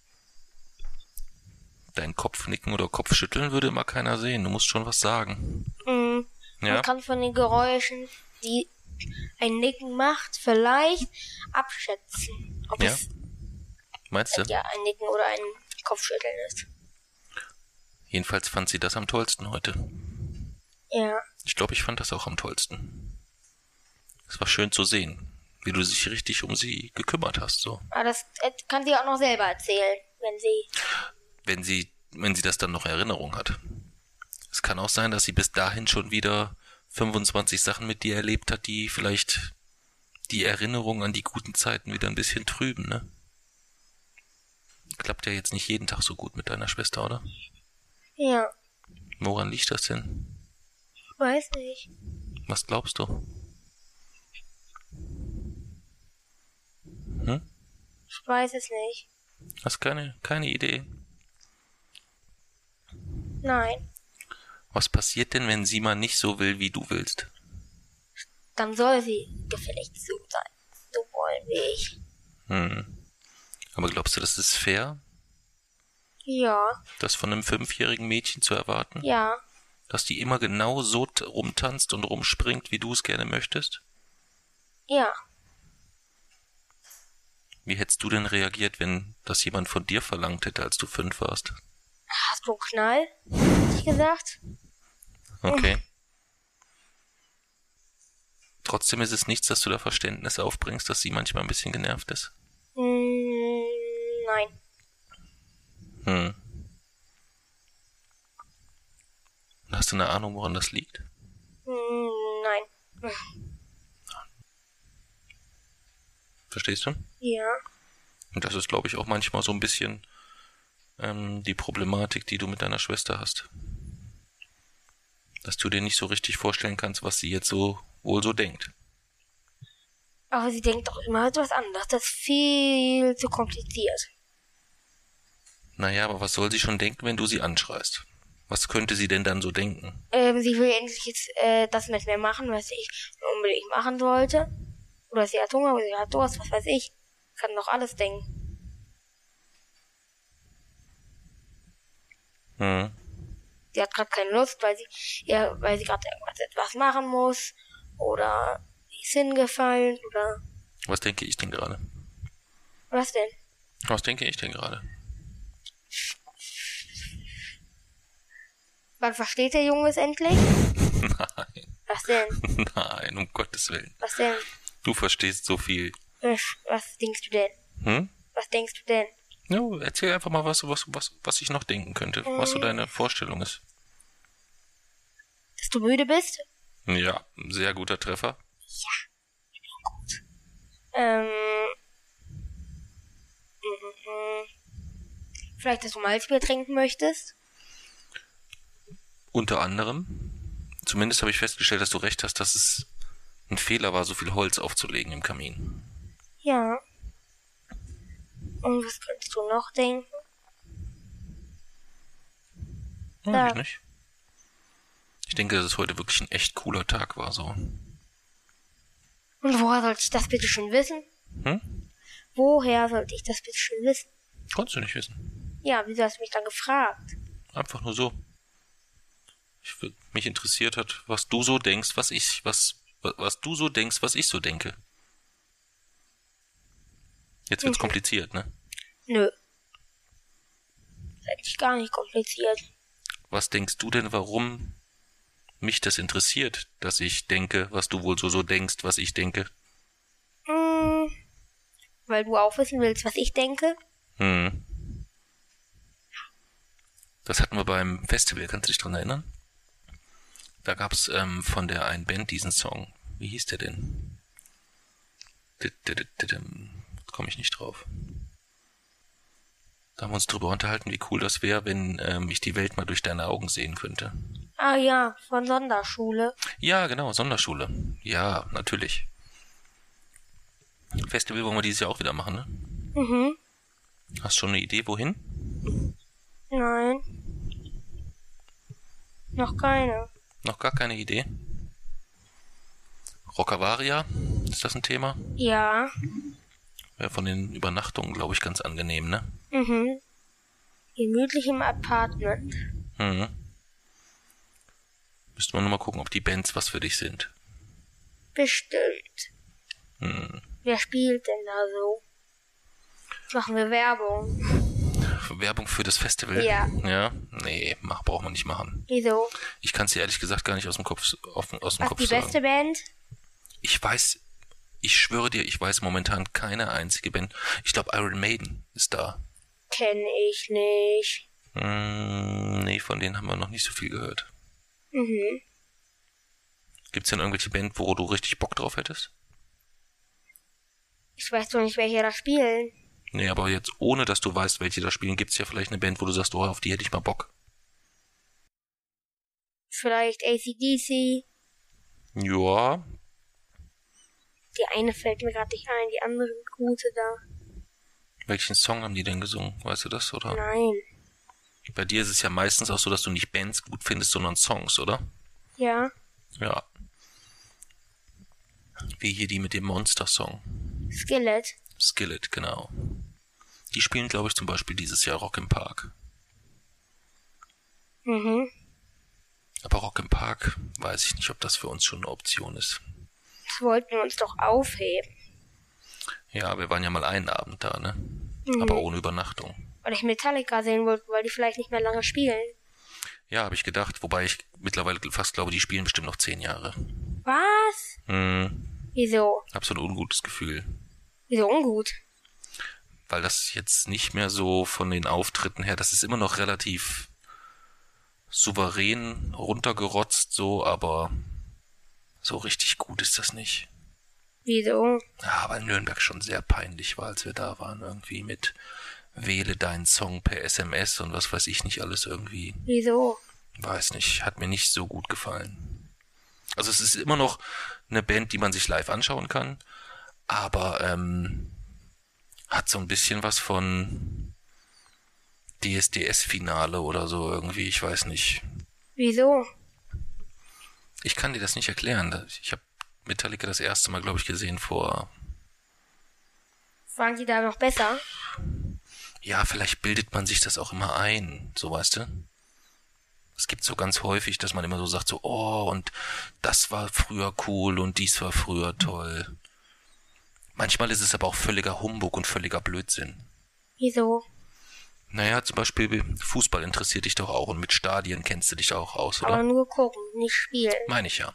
[SPEAKER 2] Dein Kopfnicken oder Kopfschütteln würde immer keiner sehen. Du musst schon was sagen.
[SPEAKER 1] Mhm.
[SPEAKER 2] Ja,
[SPEAKER 1] Man kann von den Geräuschen, die ein Nicken macht, vielleicht abschätzen, ob
[SPEAKER 2] Ja.
[SPEAKER 1] es
[SPEAKER 2] meinst du?
[SPEAKER 1] ja ein Nicken oder ein Kopfschütteln ist.
[SPEAKER 2] Jedenfalls fand sie das am tollsten heute.
[SPEAKER 1] Ja.
[SPEAKER 2] Ich glaube, ich fand das auch am tollsten. Es war schön zu sehen, wie du dich richtig um sie gekümmert hast, so.
[SPEAKER 1] Aber das äh, kann sie auch noch selber erzählen, wenn sie.
[SPEAKER 2] wenn sie, wenn sie das dann noch Erinnerung hat. Es kann auch sein, dass sie bis dahin schon wieder 25 Sachen mit dir erlebt hat, die vielleicht die Erinnerung an die guten Zeiten wieder ein bisschen trüben, ne? Klappt ja jetzt nicht jeden Tag so gut mit deiner Schwester, oder?
[SPEAKER 1] Ja.
[SPEAKER 2] Woran liegt das denn?
[SPEAKER 1] Weiß nicht.
[SPEAKER 2] Was glaubst du? Hm?
[SPEAKER 1] Ich weiß es nicht.
[SPEAKER 2] Hast keine, keine Idee?
[SPEAKER 1] Nein.
[SPEAKER 2] Was passiert denn, wenn sie mal nicht so will, wie du willst?
[SPEAKER 1] Dann soll sie gefälligst so sein. So wollen wie ich.
[SPEAKER 2] Hm. Aber glaubst du, das ist fair?
[SPEAKER 1] Ja.
[SPEAKER 2] das von einem fünfjährigen Mädchen zu erwarten,
[SPEAKER 1] Ja.
[SPEAKER 2] dass die immer genau so t- rumtanzt und rumspringt, wie du es gerne möchtest?
[SPEAKER 1] Ja.
[SPEAKER 2] Wie hättest du denn reagiert, wenn das jemand von dir verlangt hätte, als du fünf warst?
[SPEAKER 1] Hast du einen Knall? Hab ich gesagt?
[SPEAKER 2] Okay. Trotzdem ist es nichts, dass du da Verständnis aufbringst, dass sie manchmal ein bisschen genervt ist.
[SPEAKER 1] Mm, nein.
[SPEAKER 2] Hm. Und Hast du eine Ahnung, woran das liegt?
[SPEAKER 1] Mm, nein.
[SPEAKER 2] Verstehst du?
[SPEAKER 1] Ja.
[SPEAKER 2] Und das ist, glaube ich, auch manchmal so ein bisschen ähm, die Problematik, die du mit deiner Schwester hast. Dass du dir nicht so richtig vorstellen kannst, was sie jetzt so wohl so denkt.
[SPEAKER 1] Aber sie denkt doch immer etwas anderes. Das ist viel zu kompliziert.
[SPEAKER 2] Naja, aber was soll sie schon denken, wenn du sie anschreist? Was könnte sie denn dann so denken?
[SPEAKER 1] Ähm, sie will endlich jetzt äh, das mit mir machen, was ich unbedingt machen sollte. Oder sie hat Hunger, oder sie hat Durst, was weiß ich. Kann doch alles denken.
[SPEAKER 2] Hm.
[SPEAKER 1] Sie hat gerade keine Lust, weil sie, ja, weil sie gerade irgendwas etwas machen muss. Oder sie ist hingefallen. Oder
[SPEAKER 2] Was denke ich denn gerade?
[SPEAKER 1] was denn?
[SPEAKER 2] Was denke ich denn gerade? [laughs]
[SPEAKER 1] Wann versteht der Junge es endlich?
[SPEAKER 2] Nein,
[SPEAKER 1] Was denn?
[SPEAKER 2] nein, um Gottes Willen.
[SPEAKER 1] Was denn?
[SPEAKER 2] Du verstehst so viel.
[SPEAKER 1] Äh, Was denkst du denn?
[SPEAKER 2] Hm?
[SPEAKER 1] Was denkst du denn?
[SPEAKER 2] Ja, erzähl einfach mal, was, was, was, was ich noch denken könnte, was so deine Vorstellung ist.
[SPEAKER 1] Dass du müde bist?
[SPEAKER 2] Ja, ein sehr guter Treffer.
[SPEAKER 1] Ähm. mm, mm, mm. Vielleicht, dass du Malzbier trinken möchtest?
[SPEAKER 2] Unter anderem. Zumindest habe ich festgestellt, dass du recht hast, dass es ein Fehler war, so viel Holz aufzulegen im Kamin.
[SPEAKER 1] Ja. Und was könntest du noch denken?
[SPEAKER 2] Weiß
[SPEAKER 1] Ja.
[SPEAKER 2] ich nicht. Ich denke, dass es heute wirklich ein echt cooler Tag war, so.
[SPEAKER 1] Und woher sollte ich das bitte schon wissen?
[SPEAKER 2] Hm?
[SPEAKER 1] Woher sollte ich das bitte schon wissen?
[SPEAKER 2] Konntest du nicht wissen.
[SPEAKER 1] Ja, wieso hast du mich dann gefragt?
[SPEAKER 2] Einfach nur so. Ich, wür- mich interessiert hat, was du so denkst, was ich, was, wa- was du so denkst, was ich so denke. Jetzt wird's
[SPEAKER 1] Okay.
[SPEAKER 2] kompliziert, ne?
[SPEAKER 1] Nö. Das ist eigentlich gar nicht kompliziert.
[SPEAKER 2] Was denkst du denn, warum mich das interessiert, dass ich denke, was du wohl so, so denkst, was ich denke?
[SPEAKER 1] Hm, weil du auch wissen willst, was ich denke?
[SPEAKER 2] Hm. Das hatten wir beim Festival, kannst du dich dran erinnern? Da gab's ähm, von der einen Band diesen Song. Wie hieß der denn? hm, Komme ich nicht drauf. Da haben wir uns drüber unterhalten, wie cool das wäre, wenn ähm, ich die Welt mal durch deine Augen sehen könnte.
[SPEAKER 1] Ah ja, von Sonderschule.
[SPEAKER 2] Ja, genau, Sonderschule. Ja, natürlich. Festival wollen wir dieses Jahr auch wieder machen, ne?
[SPEAKER 1] Mhm.
[SPEAKER 2] Hast schon eine Idee, wohin?
[SPEAKER 1] Nein. Noch keine.
[SPEAKER 2] Noch gar keine Idee. Rockavaria, ist das ein Thema?
[SPEAKER 1] Ja.
[SPEAKER 2] Wäre von den Übernachtungen, glaube ich, ganz angenehm, ne?
[SPEAKER 1] Mhm. Gemütlich im Apartment.
[SPEAKER 2] Mhm. Müsste man nur mal gucken, ob die Bands was für dich sind.
[SPEAKER 1] Bestimmt.
[SPEAKER 2] Mhm.
[SPEAKER 1] Wer spielt denn da so? Machen wir Werbung.
[SPEAKER 2] Werbung für das Festival?
[SPEAKER 1] Ja.
[SPEAKER 2] Ja? Nee, mach, braucht man nicht machen.
[SPEAKER 1] Wieso?
[SPEAKER 2] Ich kann es dir ehrlich gesagt gar nicht aus dem Kopf, auf, aus dem
[SPEAKER 1] Was
[SPEAKER 2] Kopf
[SPEAKER 1] die
[SPEAKER 2] sagen.
[SPEAKER 1] beste Band?
[SPEAKER 2] Ich weiß, ich schwöre dir, ich weiß momentan keine einzige Band. Ich glaube, Iron Maiden ist da.
[SPEAKER 1] Kenn ich nicht.
[SPEAKER 2] Mm, nee, von denen haben wir noch nicht so viel gehört.
[SPEAKER 1] Mhm.
[SPEAKER 2] Gibt's denn irgendwelche Band, wo du richtig Bock drauf hättest?
[SPEAKER 1] Ich weiß doch nicht, welche da spielen.
[SPEAKER 2] Nee, aber jetzt ohne, dass du weißt, welche da spielen, gibt's ja vielleicht eine Band, wo du sagst, oh, auf die hätte ich mal Bock.
[SPEAKER 1] Vielleicht ACDC.
[SPEAKER 2] Ja,
[SPEAKER 1] Die eine fällt mir gerade nicht ein, die andere gute da.
[SPEAKER 2] welchen Song haben die denn gesungen? Weißt du das, oder?
[SPEAKER 1] Nein.
[SPEAKER 2] Bei dir ist es ja meistens auch so, dass du nicht Bands gut findest, sondern Songs, oder?
[SPEAKER 1] Ja.
[SPEAKER 2] Ja. Wie hier die mit dem Monster-Song.
[SPEAKER 1] Skillet.
[SPEAKER 2] Skillet, genau. Die spielen, glaube ich, zum Beispiel dieses Jahr Rock im Park.
[SPEAKER 1] Mhm.
[SPEAKER 2] Aber Rock im Park, weiß ich nicht, ob das für uns schon eine Option ist.
[SPEAKER 1] Das wollten wir uns doch aufheben.
[SPEAKER 2] Ja, wir waren ja mal einen Abend da, ne? Aber ohne Übernachtung.
[SPEAKER 1] Weil ich Metallica sehen wollte, weil die vielleicht nicht mehr lange spielen.
[SPEAKER 2] Ja, habe ich gedacht, wobei ich mittlerweile fast glaube, die spielen bestimmt noch zehn Jahre.
[SPEAKER 1] Was?
[SPEAKER 2] Hm,
[SPEAKER 1] Wieso?
[SPEAKER 2] hab so ein ungutes Gefühl.
[SPEAKER 1] Wieso ungut?
[SPEAKER 2] Weil das jetzt nicht mehr so von den Auftritten her, das ist immer noch relativ souverän runtergerotzt, so, aber so richtig gut ist das nicht.
[SPEAKER 1] Wieso?
[SPEAKER 2] Ja, weil Nürnberg schon sehr peinlich war, als wir da waren, irgendwie mit wähle deinen Song per SMS und was weiß ich nicht alles irgendwie.
[SPEAKER 1] Wieso?
[SPEAKER 2] Weiß nicht, hat mir nicht so gut gefallen. Also es ist immer noch eine Band, die man sich live anschauen kann, aber ähm, hat so ein bisschen was von DSDS-Finale oder so irgendwie, ich weiß nicht.
[SPEAKER 1] Wieso?
[SPEAKER 2] Ich kann dir das nicht erklären. Ich habe Metallica das erste Mal, glaube ich, gesehen vor
[SPEAKER 1] Waren die da noch besser?
[SPEAKER 2] ja, vielleicht bildet man sich das auch immer ein, so weißt du. Es gibt so ganz häufig, dass man immer so sagt, so, oh, und das war früher cool und dies war früher toll. Manchmal ist es aber auch völliger Humbug und völliger Blödsinn.
[SPEAKER 1] Wieso?
[SPEAKER 2] Naja, zum Beispiel Fußball interessiert dich doch auch und mit Stadien kennst du dich auch aus, oder?
[SPEAKER 1] Aber nur gucken, nicht spielen.
[SPEAKER 2] Meine ich ja.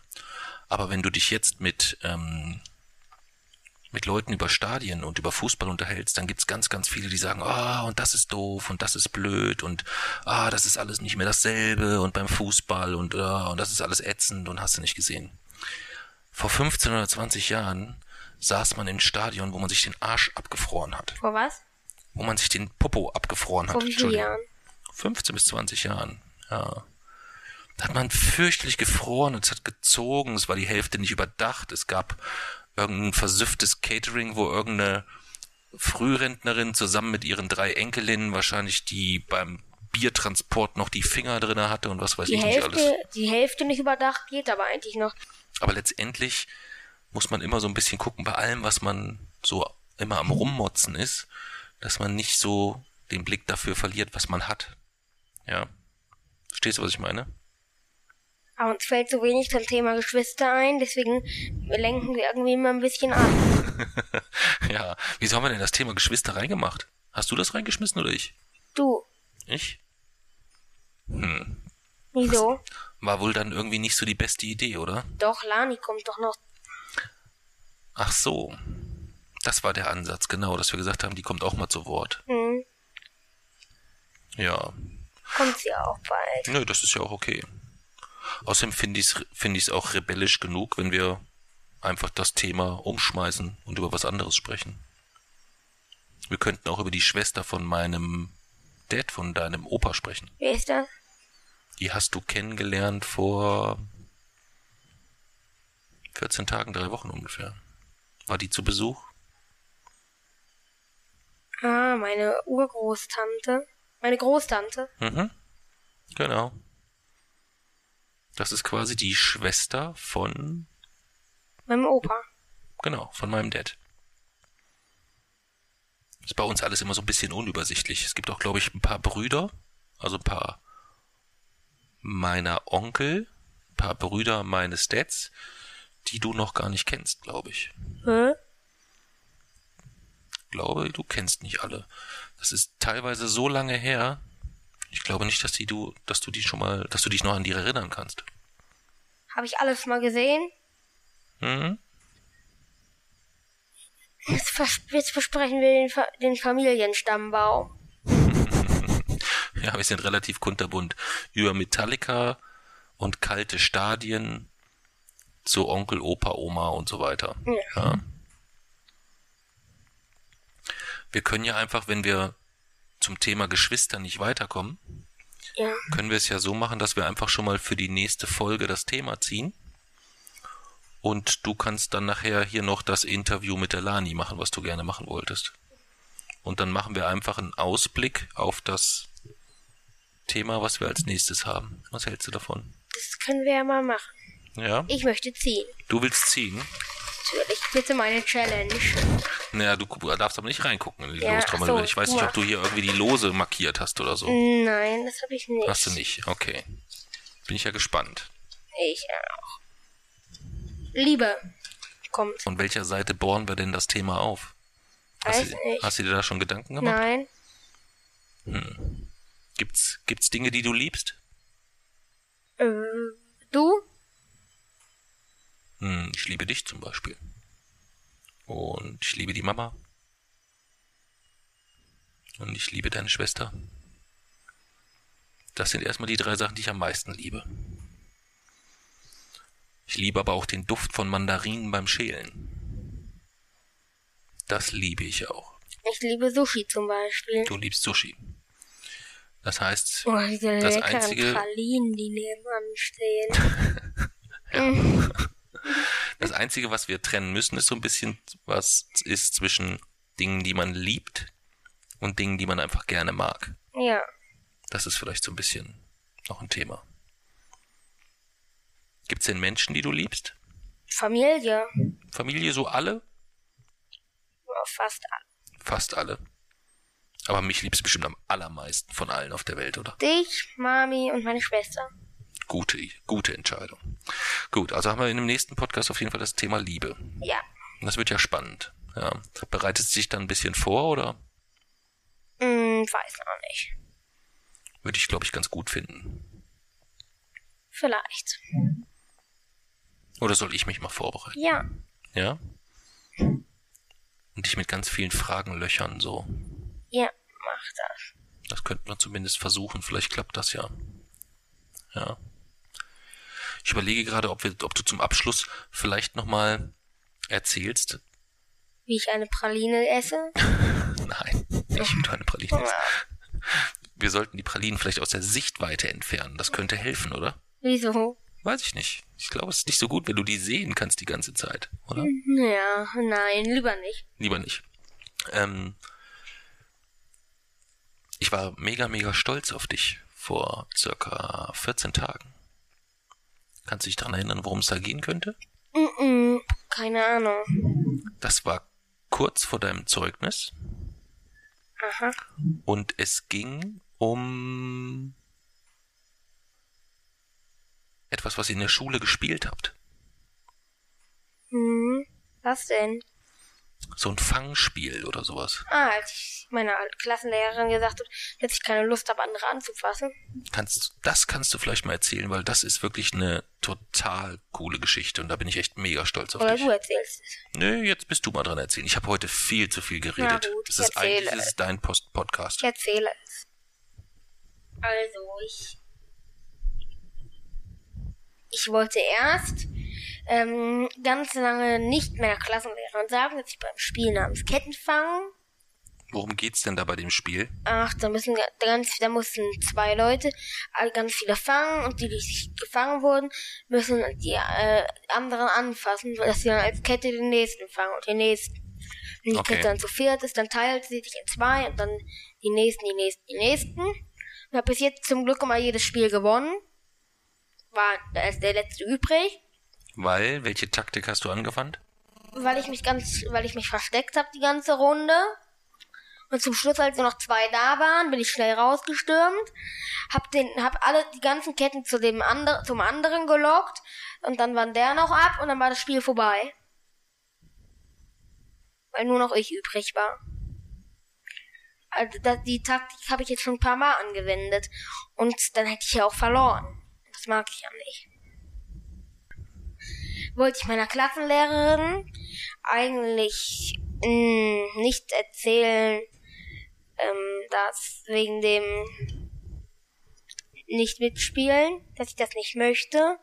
[SPEAKER 2] Aber wenn du dich jetzt mit, ähm, mit Leuten über Stadien und über Fußball unterhältst, dann gibt's ganz, ganz viele, die sagen, ah, und das ist doof und das ist blöd und ah, das ist alles nicht mehr dasselbe und beim Fußball und ah, und das ist alles ätzend und hast du nicht gesehen. Vor 15 oder 20 Jahren saß man im Stadion, wo man sich den Arsch abgefroren hat,
[SPEAKER 1] Vor was?
[SPEAKER 2] wo man sich den Popo abgefroren hat.
[SPEAKER 1] Vor wie vielen
[SPEAKER 2] Entschuldigung.
[SPEAKER 1] Jahren?
[SPEAKER 2] 15 bis 20 Jahren, ja. Da hat man fürchterlich gefroren und es hat gezogen, es war die Hälfte nicht überdacht, es gab irgendein versüfftes Catering, wo irgendeine Frührentnerin zusammen mit ihren drei Enkelinnen wahrscheinlich die beim Biertransport noch die Finger drinne hatte und was weiß
[SPEAKER 1] Die
[SPEAKER 2] ich nicht alles.
[SPEAKER 1] Hälfte, die Hälfte nicht überdacht, geht aber eigentlich noch.
[SPEAKER 2] Aber letztendlich muss man immer so ein bisschen gucken, bei allem, was man so immer am Rummotzen ist, dass man nicht so den Blick dafür verliert, was man hat. Ja. Verstehst du, was ich meine? [laughs]
[SPEAKER 1] Aber Ah, uns fällt so wenig zum Thema Geschwister ein, deswegen lenken wir irgendwie immer ein bisschen ab.
[SPEAKER 2] Ja. Wieso haben wir denn das Thema Geschwister reingemacht? Hast du das reingeschmissen oder ich?
[SPEAKER 1] Du,
[SPEAKER 2] Ich?
[SPEAKER 1] wieso?
[SPEAKER 2] War wohl dann irgendwie nicht so die beste Idee, oder?
[SPEAKER 1] Doch, Lani kommt doch noch.
[SPEAKER 2] Ach so. Das war der Ansatz, genau, dass wir gesagt haben, die kommt auch mal zu Wort.
[SPEAKER 1] Hm,
[SPEAKER 2] Ja,
[SPEAKER 1] kommt sie auch bald.
[SPEAKER 2] Nö, das ist ja auch okay. Außerdem finde ich es find ich's auch rebellisch genug, wenn wir einfach das Thema umschmeißen und über was anderes sprechen. Wir könnten auch über die Schwester von meinem Dad von deinem Opa sprechen.
[SPEAKER 1] Wer ist das?
[SPEAKER 2] Die hast du kennengelernt vor 14 Tagen, drei Wochen ungefähr. War die zu Besuch?
[SPEAKER 1] Ah, meine Urgroßtante. Meine Großtante.
[SPEAKER 2] Mhm. Genau. Das ist quasi die Schwester von,
[SPEAKER 1] Meinem Opa.
[SPEAKER 2] genau, von meinem Dad. Ist bei uns alles immer so ein bisschen unübersichtlich. Es gibt auch, glaube ich, ein paar Brüder, also ein paar meiner Onkel, ein paar Brüder meines Dads, die du noch gar nicht kennst, glaube ich.
[SPEAKER 1] Hä?
[SPEAKER 2] glaube, du kennst nicht alle. Das ist teilweise so lange her. Ich glaube nicht, dass die du, dass du die schon mal, dass du dich noch an die erinnern kannst.
[SPEAKER 1] Habe ich alles mal gesehen?
[SPEAKER 2] Mhm.
[SPEAKER 1] Jetzt, vers jetzt besprechen wir den, Fa den Familienstammbaum.
[SPEAKER 2] [laughs] Ja, wir sind relativ kunterbunt. Über Metallica und kalte Stadien zu Onkel, Opa, Oma und so weiter.
[SPEAKER 1] Ja.
[SPEAKER 2] Ja. Wir können ja einfach, wenn wir zum Thema Geschwister nicht weiterkommen,
[SPEAKER 1] Ja.
[SPEAKER 2] können wir es ja so machen, dass wir einfach schon mal für die nächste Folge das Thema ziehen. Und du kannst dann nachher hier noch das Interview mit der Lani machen, was du gerne machen wolltest. Und dann machen wir einfach einen Ausblick auf das Thema, was wir als nächstes haben. Was hältst du davon?
[SPEAKER 1] Das können wir ja mal machen.
[SPEAKER 2] Ja?
[SPEAKER 1] Ich möchte ziehen.
[SPEAKER 2] Du willst ziehen?
[SPEAKER 1] Natürlich. Bitte meine Challenge.
[SPEAKER 2] Naja, du gu- darfst aber nicht reingucken in die
[SPEAKER 1] Ja,
[SPEAKER 2] Lostrommel.
[SPEAKER 1] ach so, Mhm.
[SPEAKER 2] ich weiß nicht,
[SPEAKER 1] ja.
[SPEAKER 2] ob du hier irgendwie die Lose markiert hast oder so.
[SPEAKER 1] Nein, das habe ich nicht.
[SPEAKER 2] Hast du nicht? Okay. Bin ich ja gespannt.
[SPEAKER 1] Ich auch. Liebe kommt.
[SPEAKER 2] Von welcher Seite bohren wir denn das Thema auf?
[SPEAKER 1] Weiß
[SPEAKER 2] Hast du,
[SPEAKER 1] nicht.
[SPEAKER 2] hast du dir da schon Gedanken gemacht?
[SPEAKER 1] Nein.
[SPEAKER 2] Gibt's, gibt's Dinge, die du liebst?
[SPEAKER 1] Äh, du?
[SPEAKER 2] Hm, ich liebe dich zum Beispiel. Und ich liebe die Mama. Und ich liebe deine Schwester. Das sind erstmal die drei Sachen, die ich am meisten liebe. Ich liebe aber auch den Duft von Mandarinen beim Schälen. Das liebe ich auch.
[SPEAKER 1] Ich liebe Sushi zum Beispiel.
[SPEAKER 2] Du liebst Sushi. Das heißt,
[SPEAKER 1] Oh, diese
[SPEAKER 2] Das
[SPEAKER 1] leckeren
[SPEAKER 2] einzige-
[SPEAKER 1] Pralinen, die nebenan stehen. [laughs]
[SPEAKER 2] Das Einzige, was wir trennen müssen, ist so ein bisschen, was ist zwischen Dingen, die man liebt und Dingen, die man einfach gerne mag.
[SPEAKER 1] ja.
[SPEAKER 2] Das ist vielleicht so ein bisschen noch ein Thema. Gibt's denn Menschen, die du liebst?
[SPEAKER 1] Familie.
[SPEAKER 2] Familie, so alle?
[SPEAKER 1] Oh, Fast alle.
[SPEAKER 2] Fast alle. Aber mich liebst du bestimmt am allermeisten von allen auf der Welt, oder?
[SPEAKER 1] Dich, Mami und meine Schwester.
[SPEAKER 2] Gute, gute Entscheidung. Gut, also haben wir in dem nächsten Podcast auf jeden Fall das Thema Liebe.
[SPEAKER 1] Ja.
[SPEAKER 2] Das wird ja spannend. Ja. Bereitest du dich dann ein bisschen vor, oder?
[SPEAKER 1] Hm, weiß noch nicht.
[SPEAKER 2] Würde ich, glaube ich, ganz gut finden.
[SPEAKER 1] Vielleicht.
[SPEAKER 2] Oder soll ich mich mal vorbereiten?
[SPEAKER 1] Ja.
[SPEAKER 2] Ja? Und dich mit ganz vielen Fragen löchern, so.
[SPEAKER 1] Ja. Mach das.
[SPEAKER 2] Das könnten wir zumindest versuchen. Vielleicht klappt das ja. Ja. Ich überlege gerade, ob, wir, ob du zum Abschluss vielleicht nochmal erzählst. [laughs]
[SPEAKER 1] Wie ich eine Praline esse.
[SPEAKER 2] Nein, nicht mit deiner Praline. jetzt. Wir sollten die Pralinen vielleicht aus der Sichtweite entfernen. Das könnte helfen, oder?
[SPEAKER 1] Wieso?
[SPEAKER 2] Weiß ich nicht. Ich glaube, es ist nicht so gut, wenn du die sehen kannst die ganze Zeit, oder?
[SPEAKER 1] Ja, nein, lieber nicht.
[SPEAKER 2] lieber nicht. Ähm, ich war mega, mega stolz auf dich vor circa 14 Tagen. Kannst du dich daran erinnern, worum es da gehen könnte?
[SPEAKER 1] Mm -mm, keine Ahnung.
[SPEAKER 2] Das war kurz vor deinem Zeugnis
[SPEAKER 1] Aha.
[SPEAKER 2] und es ging um etwas, was ihr in der Schule gespielt habt.
[SPEAKER 1] Hm, was denn?
[SPEAKER 2] So ein Fangspiel oder sowas.
[SPEAKER 1] Ah, als ich meiner Klassenlehrerin gesagt habe, dass ich keine Lust habe, andere anzufassen.
[SPEAKER 2] Kannst, das kannst du vielleicht mal erzählen, weil das ist wirklich eine total coole Geschichte und da bin ich echt mega stolz auf
[SPEAKER 1] Oder
[SPEAKER 2] dich.
[SPEAKER 1] du erzählst es.
[SPEAKER 2] Nö, jetzt bist du mal dran erzählen. Ich habe heute viel zu viel geredet.
[SPEAKER 1] Na gut,
[SPEAKER 2] das ist
[SPEAKER 1] erzähle.
[SPEAKER 2] eigentlich das ist dein Post Podcast.
[SPEAKER 1] Ich erzähle es. Also, ich. Ich wollte erst ähm, ganz lange nicht meiner Klassenlehrerin sagen, dass ich beim Spiel namens Kettenfang
[SPEAKER 2] Worum geht's denn da bei dem Spiel?
[SPEAKER 1] Ach, da müssen ga- da ganz, da mussten zwei Leute all- ganz viele fangen und die, die sich gefangen wurden, müssen die äh, anderen anfassen, dass sie dann als Kette den nächsten fangen und den nächsten. Und die
[SPEAKER 2] Okay.
[SPEAKER 1] Kette dann zu viert ist, dann teilt sie sich in zwei und dann die nächsten, die nächsten, die nächsten. Ich habe bis jetzt zum Glück immer jedes Spiel gewonnen. War, da ist der letzte übrig.
[SPEAKER 2] Weil, welche Taktik hast du angewandt?
[SPEAKER 1] weil ich mich ganz, weil ich mich versteckt habe die ganze Runde. Und zum Schluss, als nur noch zwei da waren, bin ich schnell rausgestürmt, hab den, hab alle die ganzen Ketten zu dem ander, zum anderen gelockt und dann war der noch ab und dann war das Spiel vorbei, weil nur noch ich übrig war. Also da, die Taktik habe ich jetzt schon ein paar Mal angewendet und dann hätte ich ja auch verloren. Das mag ich ja nicht wollte ich meiner Klassenlehrerin eigentlich mh, nicht erzählen, ähm, dass wegen dem nicht mitspielen, dass ich das nicht möchte.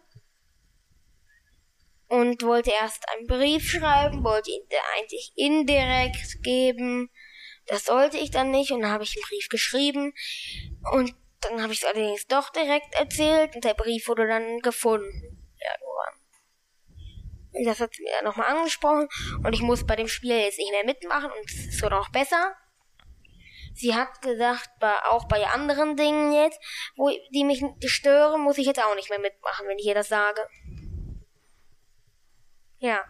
[SPEAKER 1] Und wollte erst einen Brief schreiben, wollte ihn der eigentlich indirekt geben. Das sollte ich dann nicht und dann habe ich einen Brief geschrieben. Und dann habe ich es allerdings doch direkt erzählt und der Brief wurde dann gefunden. Irgendwann. Und Das hat sie mir nochmal angesprochen und ich muss bei dem Spiel jetzt nicht mehr mitmachen und es ist sogar auch besser. Sie hat gesagt, bei, auch bei anderen Dingen jetzt, wo, die mich stören, muss ich jetzt auch nicht mehr mitmachen, wenn ich ihr das sage. Ja,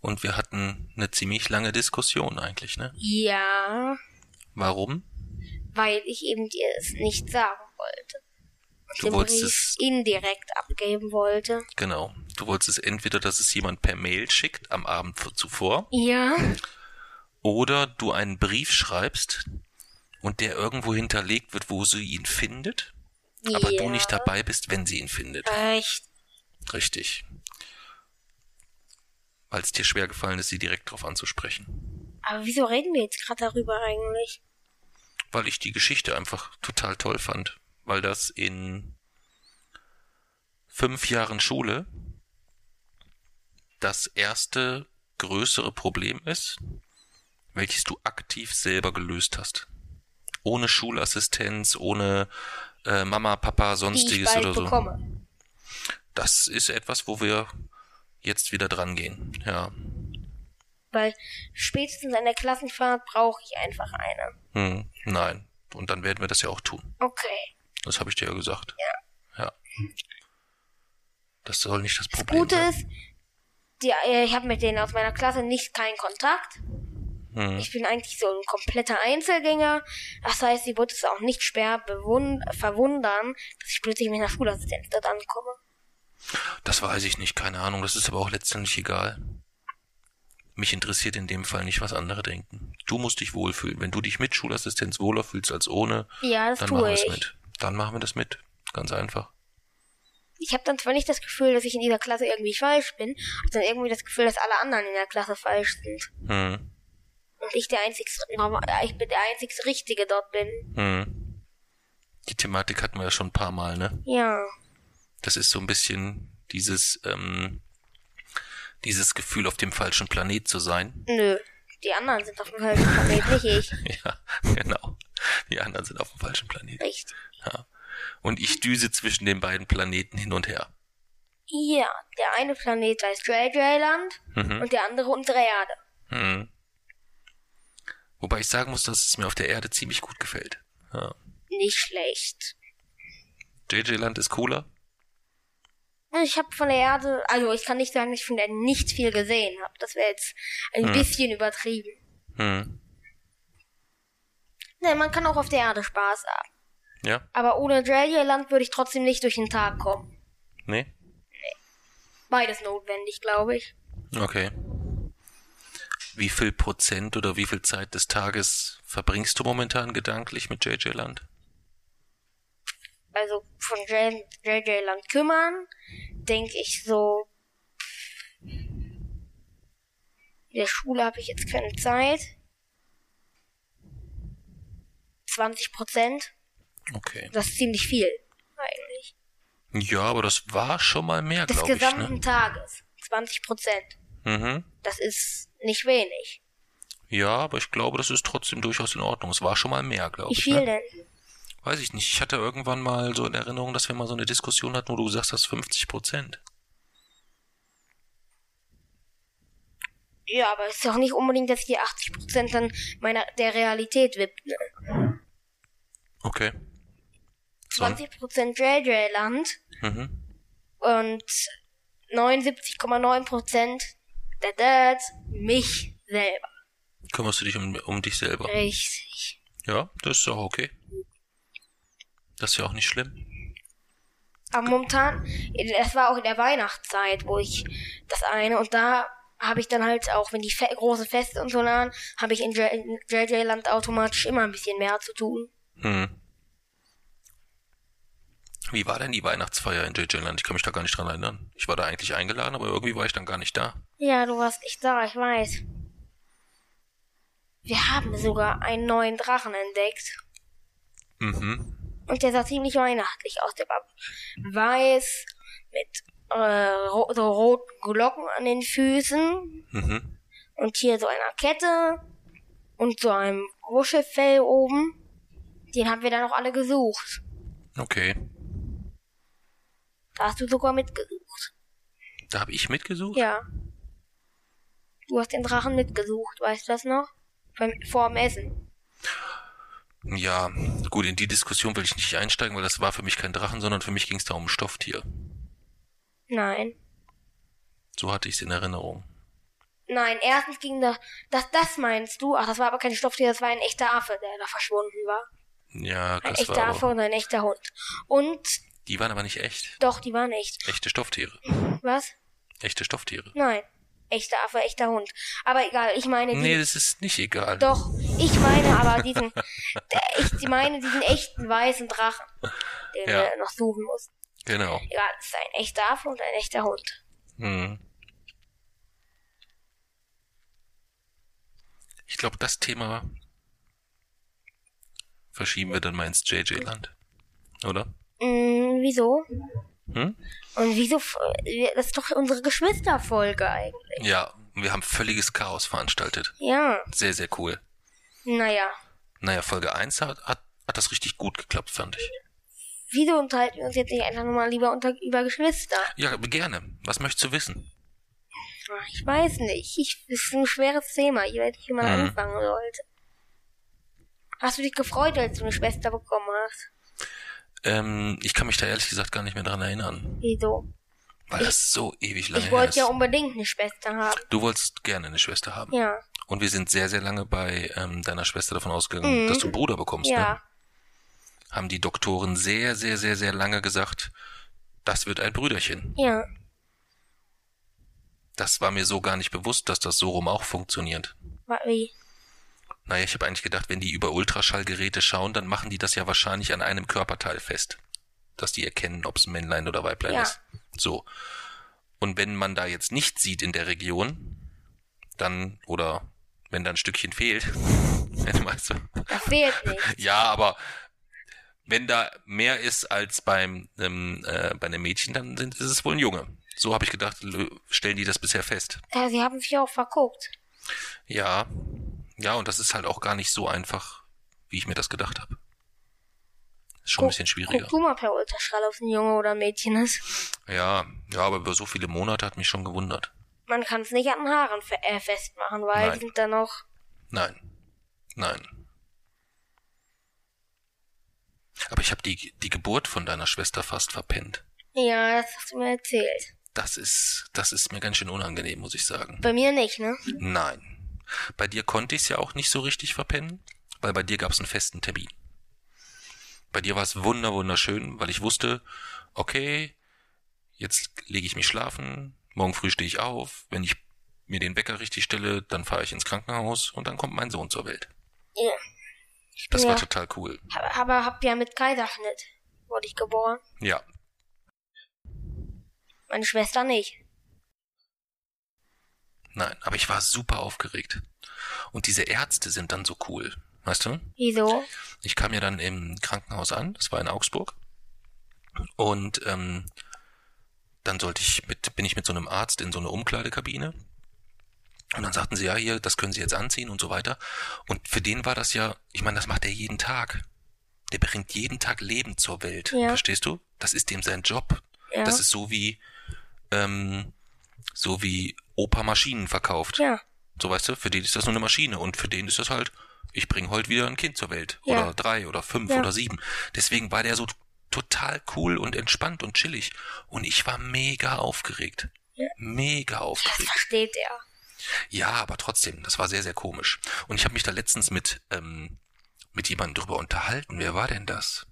[SPEAKER 2] Und wir hatten eine ziemlich lange Diskussion eigentlich, ne?
[SPEAKER 1] ja,
[SPEAKER 2] Warum?
[SPEAKER 1] weil ich eben dir es nicht sagen wollte. Und
[SPEAKER 2] Du
[SPEAKER 1] den
[SPEAKER 2] wolltest
[SPEAKER 1] Brief
[SPEAKER 2] es-
[SPEAKER 1] indirekt abgeben wollte.
[SPEAKER 2] Genau. Du wolltest es entweder, dass es jemand per Mail schickt am Abend v- zuvor,
[SPEAKER 1] Ja,
[SPEAKER 2] oder du einen Brief schreibst und der irgendwo hinterlegt wird, wo sie ihn findet, aber
[SPEAKER 1] ja,
[SPEAKER 2] du nicht dabei bist, wenn sie ihn findet.
[SPEAKER 1] recht.
[SPEAKER 2] Richtig. Weil es dir schwer gefallen ist, sie direkt drauf anzusprechen.
[SPEAKER 1] Aber wieso reden wir jetzt gerade darüber eigentlich?
[SPEAKER 2] Weil ich die Geschichte einfach total toll fand. Weil das in fünf Jahren Schule das erste größere Problem ist, welches du aktiv selber gelöst hast. Ohne Schulassistenz, ohne äh, Mama, Papa,
[SPEAKER 1] Die ich
[SPEAKER 2] sonstiges
[SPEAKER 1] bald
[SPEAKER 2] oder so.
[SPEAKER 1] bekomme.
[SPEAKER 2] Das ist etwas, wo wir jetzt wieder dran gehen. Ja.
[SPEAKER 1] weil spätestens an der Klassenfahrt brauche ich einfach eine.
[SPEAKER 2] Hm, nein. Und dann werden wir das ja auch tun.
[SPEAKER 1] Okay.
[SPEAKER 2] Das habe ich dir ja gesagt. Ja. Ja. Das soll nicht das
[SPEAKER 1] Das
[SPEAKER 2] Problem
[SPEAKER 1] Gute
[SPEAKER 2] sein.
[SPEAKER 1] ist, die, äh, ich habe mit denen aus meiner Klasse nicht keinen Kontakt.
[SPEAKER 2] Hm.
[SPEAKER 1] Ich bin eigentlich so ein kompletter Einzelgänger. Das heißt, sie wird es auch nicht schwer bewund verwundern, dass ich plötzlich mit einer Schulassistenz dort ankomme.
[SPEAKER 2] Hm, Das weiß ich nicht, keine Ahnung. Das ist aber auch letztendlich egal. Mich interessiert in dem Fall nicht, was andere denken. Du musst dich wohlfühlen. Wenn du dich mit Schulassistenz wohler fühlst als ohne,
[SPEAKER 1] Ja, das
[SPEAKER 2] dann machen
[SPEAKER 1] tue
[SPEAKER 2] wir es
[SPEAKER 1] ich.
[SPEAKER 2] mit. Dann machen wir das mit. Ganz einfach.
[SPEAKER 1] Ich habe dann zwar nicht das Gefühl, dass ich in dieser Klasse irgendwie falsch bin, sondern irgendwie das Gefühl, dass alle anderen in der Klasse falsch sind.
[SPEAKER 2] Hm.
[SPEAKER 1] Und ich der einzigste, äh, ich bin der einzigste Richtige dort bin.
[SPEAKER 2] Hm. Die Thematik hatten wir ja schon ein paar Mal, ne?
[SPEAKER 1] Ja.
[SPEAKER 2] Das ist so ein bisschen dieses, ähm, dieses Gefühl, auf dem falschen Planet zu sein. [laughs]
[SPEAKER 1] Nö, die anderen sind auf dem falschen Planet, nicht ich.
[SPEAKER 2] Ja, genau. Die anderen sind auf dem falschen Planeten.
[SPEAKER 1] Richtig.
[SPEAKER 2] Ja. Und ich düse zwischen den beiden Planeten hin und her.
[SPEAKER 1] Ja, der eine Planet heißt JJ-Land
[SPEAKER 2] Mhm.
[SPEAKER 1] und der andere unsere Erde.
[SPEAKER 2] Mhm. Wobei ich sagen muss, dass es mir auf der Erde ziemlich gut gefällt. Ja.
[SPEAKER 1] Nicht schlecht.
[SPEAKER 2] JJ-Land ist cooler.
[SPEAKER 1] Ich habe von der Erde, also ich kann nicht sagen, dass ich von der nicht viel gesehen habe. Das wäre jetzt ein bisschen übertrieben.
[SPEAKER 2] Mhm.
[SPEAKER 1] Nein, man kann auch auf der Erde Spaß haben.
[SPEAKER 2] Ja,
[SPEAKER 1] Aber ohne JJ-Land würde ich trotzdem nicht durch den Tag kommen.
[SPEAKER 2] nee.
[SPEAKER 1] Beides notwendig, glaube ich.
[SPEAKER 2] Okay. Wie viel Prozent oder wie viel Zeit des Tages verbringst du momentan gedanklich mit JJ-Land?
[SPEAKER 1] also von J- JJ Land kümmern, denke ich so. In der Schule habe ich jetzt keine Zeit. 20 Prozent,
[SPEAKER 2] Okay.
[SPEAKER 1] das ist ziemlich viel eigentlich.
[SPEAKER 2] Ja, aber das war schon mal mehr,
[SPEAKER 1] Des
[SPEAKER 2] glaube ich.
[SPEAKER 1] gesamten
[SPEAKER 2] Ne?
[SPEAKER 1] Tages 20 Prozent,
[SPEAKER 2] Mhm.
[SPEAKER 1] das ist nicht wenig.
[SPEAKER 2] Ja, aber ich glaube, das ist trotzdem durchaus in Ordnung. Es war schon mal mehr, glaube
[SPEAKER 1] Wie
[SPEAKER 2] ich.
[SPEAKER 1] viel
[SPEAKER 2] Ne?
[SPEAKER 1] denn?
[SPEAKER 2] Weiß ich nicht. Ich hatte irgendwann mal so in Erinnerung, dass wir mal so eine Diskussion hatten, wo du gesagt hast, 50 Prozent.
[SPEAKER 1] Ja, aber es ist doch nicht unbedingt, dass hier 80% dann meiner, der Realität wippt. Ne?
[SPEAKER 2] Okay. So.
[SPEAKER 1] 20% JJ-Land
[SPEAKER 2] Mhm.
[SPEAKER 1] und 79,9% der Dad, mich selber.
[SPEAKER 2] Kümmerst du dich um, um dich selber?
[SPEAKER 1] Richtig.
[SPEAKER 2] Ja, das ist auch okay. Das ist ja auch nicht schlimm.
[SPEAKER 1] Aber momentan, das war auch in der Weihnachtszeit, wo ich das eine und da habe ich dann halt auch, wenn die fe großen Feste und so nahen, habe ich in J- in JJ-Land automatisch immer ein bisschen mehr zu tun.
[SPEAKER 2] Hm. Wie war denn die Weihnachtsfeier in JJ-Land? Ich kann mich da gar nicht dran erinnern. Ich war da eigentlich eingeladen, aber irgendwie war ich dann gar nicht da.
[SPEAKER 1] Ja, du warst nicht da, ich weiß. Wir haben sogar einen neuen Drachen entdeckt.
[SPEAKER 2] Mhm.
[SPEAKER 1] Und der sah ziemlich weihnachtlich aus. Der war weiß, mit äh, ro so roten Glocken an den Füßen
[SPEAKER 2] Mhm.
[SPEAKER 1] und hier so einer Kette und so einem Wuschelfell oben. Den haben wir dann auch alle gesucht.
[SPEAKER 2] Okay.
[SPEAKER 1] Da hast du sogar mitgesucht.
[SPEAKER 2] Da habe ich mitgesucht?
[SPEAKER 1] Ja. Du hast den Drachen mitgesucht, weißt du das noch? Beim, vor dem Essen.
[SPEAKER 2] Ja, gut, in die Diskussion will ich nicht einsteigen, weil das war für mich kein Drachen, sondern für mich ging es da um ein Stofftier.
[SPEAKER 1] Nein.
[SPEAKER 2] So hatte ich es in Erinnerung.
[SPEAKER 1] Nein, erstens ging da, das, das meinst du? Ach, das war aber kein Stofftier, das war ein echter Affe, der da verschwunden war.
[SPEAKER 2] Ja,
[SPEAKER 1] Ein
[SPEAKER 2] das
[SPEAKER 1] echter
[SPEAKER 2] war
[SPEAKER 1] Affe
[SPEAKER 2] aber,
[SPEAKER 1] und ein echter Hund. Und
[SPEAKER 2] Die waren aber nicht echt.
[SPEAKER 1] doch, die waren echt.
[SPEAKER 2] Echte Stofftiere.
[SPEAKER 1] Was?
[SPEAKER 2] Echte Stofftiere.
[SPEAKER 1] Nein. Echter Affe, echter Hund. Aber egal, ich meine die.
[SPEAKER 2] Nee, das ist nicht egal.
[SPEAKER 1] Doch, ich meine aber diesen. [laughs] ich meine diesen echten weißen Drachen, den
[SPEAKER 2] Ja.
[SPEAKER 1] wir noch suchen mussten.
[SPEAKER 2] Genau.
[SPEAKER 1] Egal, es ist ein echter Affe und ein echter Hund.
[SPEAKER 2] Hm. Ich glaube, das Thema verschieben wir dann mal ins JJ-Land. Oder?
[SPEAKER 1] Mm, wieso?
[SPEAKER 2] Hm?
[SPEAKER 1] Und wieso? f- Das ist doch unsere Geschwisterfolge eigentlich.
[SPEAKER 2] Ja, wir haben völliges Chaos veranstaltet.
[SPEAKER 1] Ja.
[SPEAKER 2] Sehr, sehr cool.
[SPEAKER 1] Naja.
[SPEAKER 2] Naja, Folge 1 hat, hat, hat das richtig gut geklappt, fand ich.
[SPEAKER 1] Wieso unterhalten wir uns jetzt nicht einfach nur mal lieber unter, über Geschwister?
[SPEAKER 2] Ja, gerne. Was möchtest du wissen?
[SPEAKER 1] Ich weiß nicht. Ich, das ist ein schweres Thema. Ich weiß nicht, wie man
[SPEAKER 2] Mhm.
[SPEAKER 1] anfangen sollte. Hast du dich gefreut, als du eine Schwester bekommen hast?
[SPEAKER 2] Ähm, ich kann mich da ehrlich gesagt gar nicht mehr dran erinnern,
[SPEAKER 1] Wieso?
[SPEAKER 2] weil das so ewig lange
[SPEAKER 1] ich
[SPEAKER 2] her
[SPEAKER 1] wollte
[SPEAKER 2] ist.
[SPEAKER 1] ja unbedingt eine Schwester haben.
[SPEAKER 2] du wolltest gerne eine Schwester haben.
[SPEAKER 1] Ja.
[SPEAKER 2] Und wir sind sehr, sehr lange bei ähm, deiner Schwester davon ausgegangen,
[SPEAKER 1] Mhm.
[SPEAKER 2] dass du einen Bruder bekommst. Ne?
[SPEAKER 1] Ja.
[SPEAKER 2] Haben die Doktoren sehr, sehr, sehr, sehr lange gesagt, das wird ein Brüderchen.
[SPEAKER 1] Ja.
[SPEAKER 2] Das war mir so gar nicht bewusst, dass das so rum auch funktioniert.
[SPEAKER 1] Wa- Wie?
[SPEAKER 2] Naja, ich habe eigentlich gedacht, wenn die über Ultraschallgeräte schauen, dann machen die das ja wahrscheinlich an einem Körperteil fest. Dass die erkennen, ob es ein Männlein oder Weiblein
[SPEAKER 1] Ja.
[SPEAKER 2] ist. So. Und wenn man da jetzt nicht sieht in der Region, dann, oder wenn da ein Stückchen fehlt, [laughs] dann weißt du,
[SPEAKER 1] Das fehlt
[SPEAKER 2] [laughs]
[SPEAKER 1] nicht.
[SPEAKER 2] ja, aber wenn da mehr ist als beim, ähm, äh, bei einem Mädchen, dann sind, ist es wohl ein Junge. So habe ich gedacht, lö- stellen die das bisher fest.
[SPEAKER 1] Ja, sie haben sich auch verguckt.
[SPEAKER 2] Ja, ja, und das ist halt auch gar nicht so einfach, wie ich mir das gedacht habe. Ist schon ein
[SPEAKER 1] Guck-
[SPEAKER 2] bisschen schwieriger.
[SPEAKER 1] Guck du mal per Ultraschall, ob es ein Junge oder ein Mädchen ist.
[SPEAKER 2] Ja, ja, aber über so viele Monate hat mich schon gewundert.
[SPEAKER 1] Man kann es nicht an den Haaren fe äh, festmachen, weil
[SPEAKER 2] Nein.
[SPEAKER 1] die sind dann noch.
[SPEAKER 2] Nein, nein. Aber ich habe die, die Geburt von deiner Schwester fast verpennt.
[SPEAKER 1] Ja, das hast du mir erzählt.
[SPEAKER 2] Das ist, das ist mir ganz schön unangenehm, muss ich sagen.
[SPEAKER 1] Bei mir nicht, ne?
[SPEAKER 2] Nein. Bei dir konnte ich es ja auch nicht so richtig verpennen, weil bei dir gab es einen festen Termin. Bei dir war es wunder wunderschön, weil ich wusste, okay, jetzt lege ich mich schlafen, morgen früh stehe ich auf, wenn ich mir den Wecker richtig stelle, dann fahre ich ins Krankenhaus und dann kommt mein Sohn zur Welt.
[SPEAKER 1] Ja.
[SPEAKER 2] Das
[SPEAKER 1] Ja.
[SPEAKER 2] war total cool.
[SPEAKER 1] Aber, aber hab ja mit Kaiserschnitt wurde ich geboren.
[SPEAKER 2] Ja,
[SPEAKER 1] Meine Schwester nicht.
[SPEAKER 2] nein, aber ich war super aufgeregt. Und diese Ärzte sind dann so cool, weißt du?
[SPEAKER 1] Wieso?
[SPEAKER 2] Ich kam ja dann im Krankenhaus an, das war in Augsburg. Und ähm, dann sollte ich mit, bin ich mit so einem Arzt in so eine Umkleidekabine. Und dann sagten sie, ja, hier, das können sie jetzt anziehen und so weiter. Und für den war das ja, ich meine, das macht er jeden Tag. Der bringt jeden Tag Leben zur Welt.
[SPEAKER 1] Ja.
[SPEAKER 2] Verstehst du? Das ist dem sein Job.
[SPEAKER 1] Ja.
[SPEAKER 2] Das ist so wie, ähm, so wie Opa Maschinen verkauft.
[SPEAKER 1] ja.
[SPEAKER 2] So weißt du, für den ist das nur eine Maschine und für den ist das halt, ich bringe heute wieder ein Kind zur Welt.
[SPEAKER 1] Ja.
[SPEAKER 2] Oder drei oder fünf
[SPEAKER 1] Ja.
[SPEAKER 2] oder sieben. Deswegen war der so total cool und entspannt und chillig. Und ich war mega aufgeregt. Mega
[SPEAKER 1] Das
[SPEAKER 2] aufgeregt.
[SPEAKER 1] versteht er.
[SPEAKER 2] Ja, aber trotzdem, das war sehr, sehr komisch. Und ich habe mich da letztens mit, ähm, mit jemandem drüber unterhalten. Wer war denn das?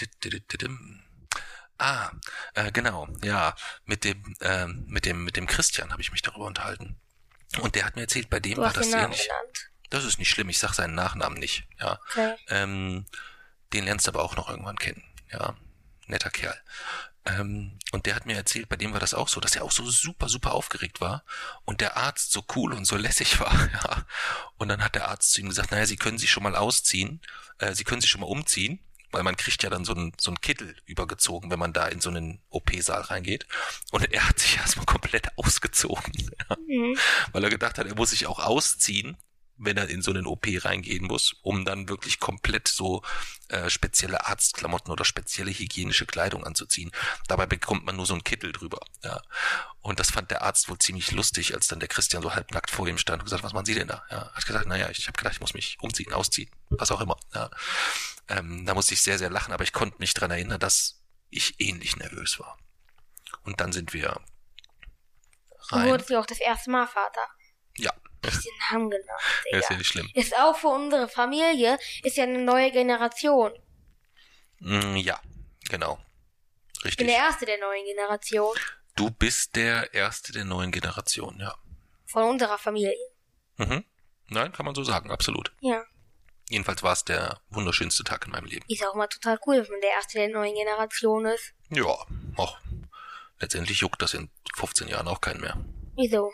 [SPEAKER 2] Dididididim. Ah, äh, genau, ja, mit dem, ähm, mit dem, mit dem Christian habe ich mich darüber unterhalten. Und der hat mir erzählt, bei dem
[SPEAKER 1] Du
[SPEAKER 2] war
[SPEAKER 1] hast
[SPEAKER 2] das
[SPEAKER 1] den Namen
[SPEAKER 2] ähnlich.
[SPEAKER 1] genannt.
[SPEAKER 2] Das ist nicht schlimm, ich sag seinen Nachnamen nicht, ja.
[SPEAKER 1] Okay.
[SPEAKER 2] Ähm, den lernst du aber auch noch irgendwann kennen. Ja, netter Kerl. Ähm, und der hat mir erzählt, bei dem war das auch so, dass er auch so super, super aufgeregt war und der Arzt so cool und so [laughs] lässig war. Ja. Und dann hat der Arzt zu ihm gesagt, naja, Sie können sich schon mal ausziehen, äh, Sie können sich schon mal umziehen, weil man kriegt ja dann so einen, so einen Kittel übergezogen, wenn man da in so einen OP-Saal reingeht. Und er hat sich erstmal komplett [laughs] ausgezogen
[SPEAKER 1] Mhm.
[SPEAKER 2] weil er gedacht hat, er muss sich auch ausziehen, wenn er in so einen OP reingehen muss, um dann wirklich komplett so äh, spezielle Arztklamotten oder spezielle hygienische Kleidung anzuziehen. Dabei bekommt man nur so einen Kittel drüber. Ja. Und das fand der Arzt wohl ziemlich lustig, als dann der Christian so halbnackt vor ihm stand und gesagt, was machen Sie denn da? Ja, hat gesagt, naja, ich habe gedacht, ich muss mich umziehen, ausziehen, was auch immer. Ja. Ähm, da musste ich sehr, sehr lachen, aber ich konnte mich dran erinnern, dass ich ähnlich nervös war. Und dann sind wir
[SPEAKER 1] Du
[SPEAKER 2] rein.
[SPEAKER 1] wurdest ja auch das erste Mal Vater.
[SPEAKER 2] Ja,
[SPEAKER 1] Ich den Namen genannt.
[SPEAKER 2] ja, ist ja
[SPEAKER 1] Digga.
[SPEAKER 2] nicht schlimm.
[SPEAKER 1] Ist auch für unsere Familie, ist ja eine neue Generation.
[SPEAKER 2] Mm, Ja, genau.
[SPEAKER 1] Ich bin
[SPEAKER 2] Richtig.
[SPEAKER 1] der erste der neuen Generation
[SPEAKER 2] Du bist der Erste der neuen Generation, ja.
[SPEAKER 1] von unserer Familie.
[SPEAKER 2] Mhm. Nein, kann man so sagen, absolut.
[SPEAKER 1] Ja.
[SPEAKER 2] Jedenfalls war es der wunderschönste Tag in meinem Leben.
[SPEAKER 1] Ist auch mal total cool, wenn man der erste der neuen Generation ist.
[SPEAKER 2] Ja, auch. Letztendlich juckt das in 15 Jahren auch keinen mehr.
[SPEAKER 1] Wieso?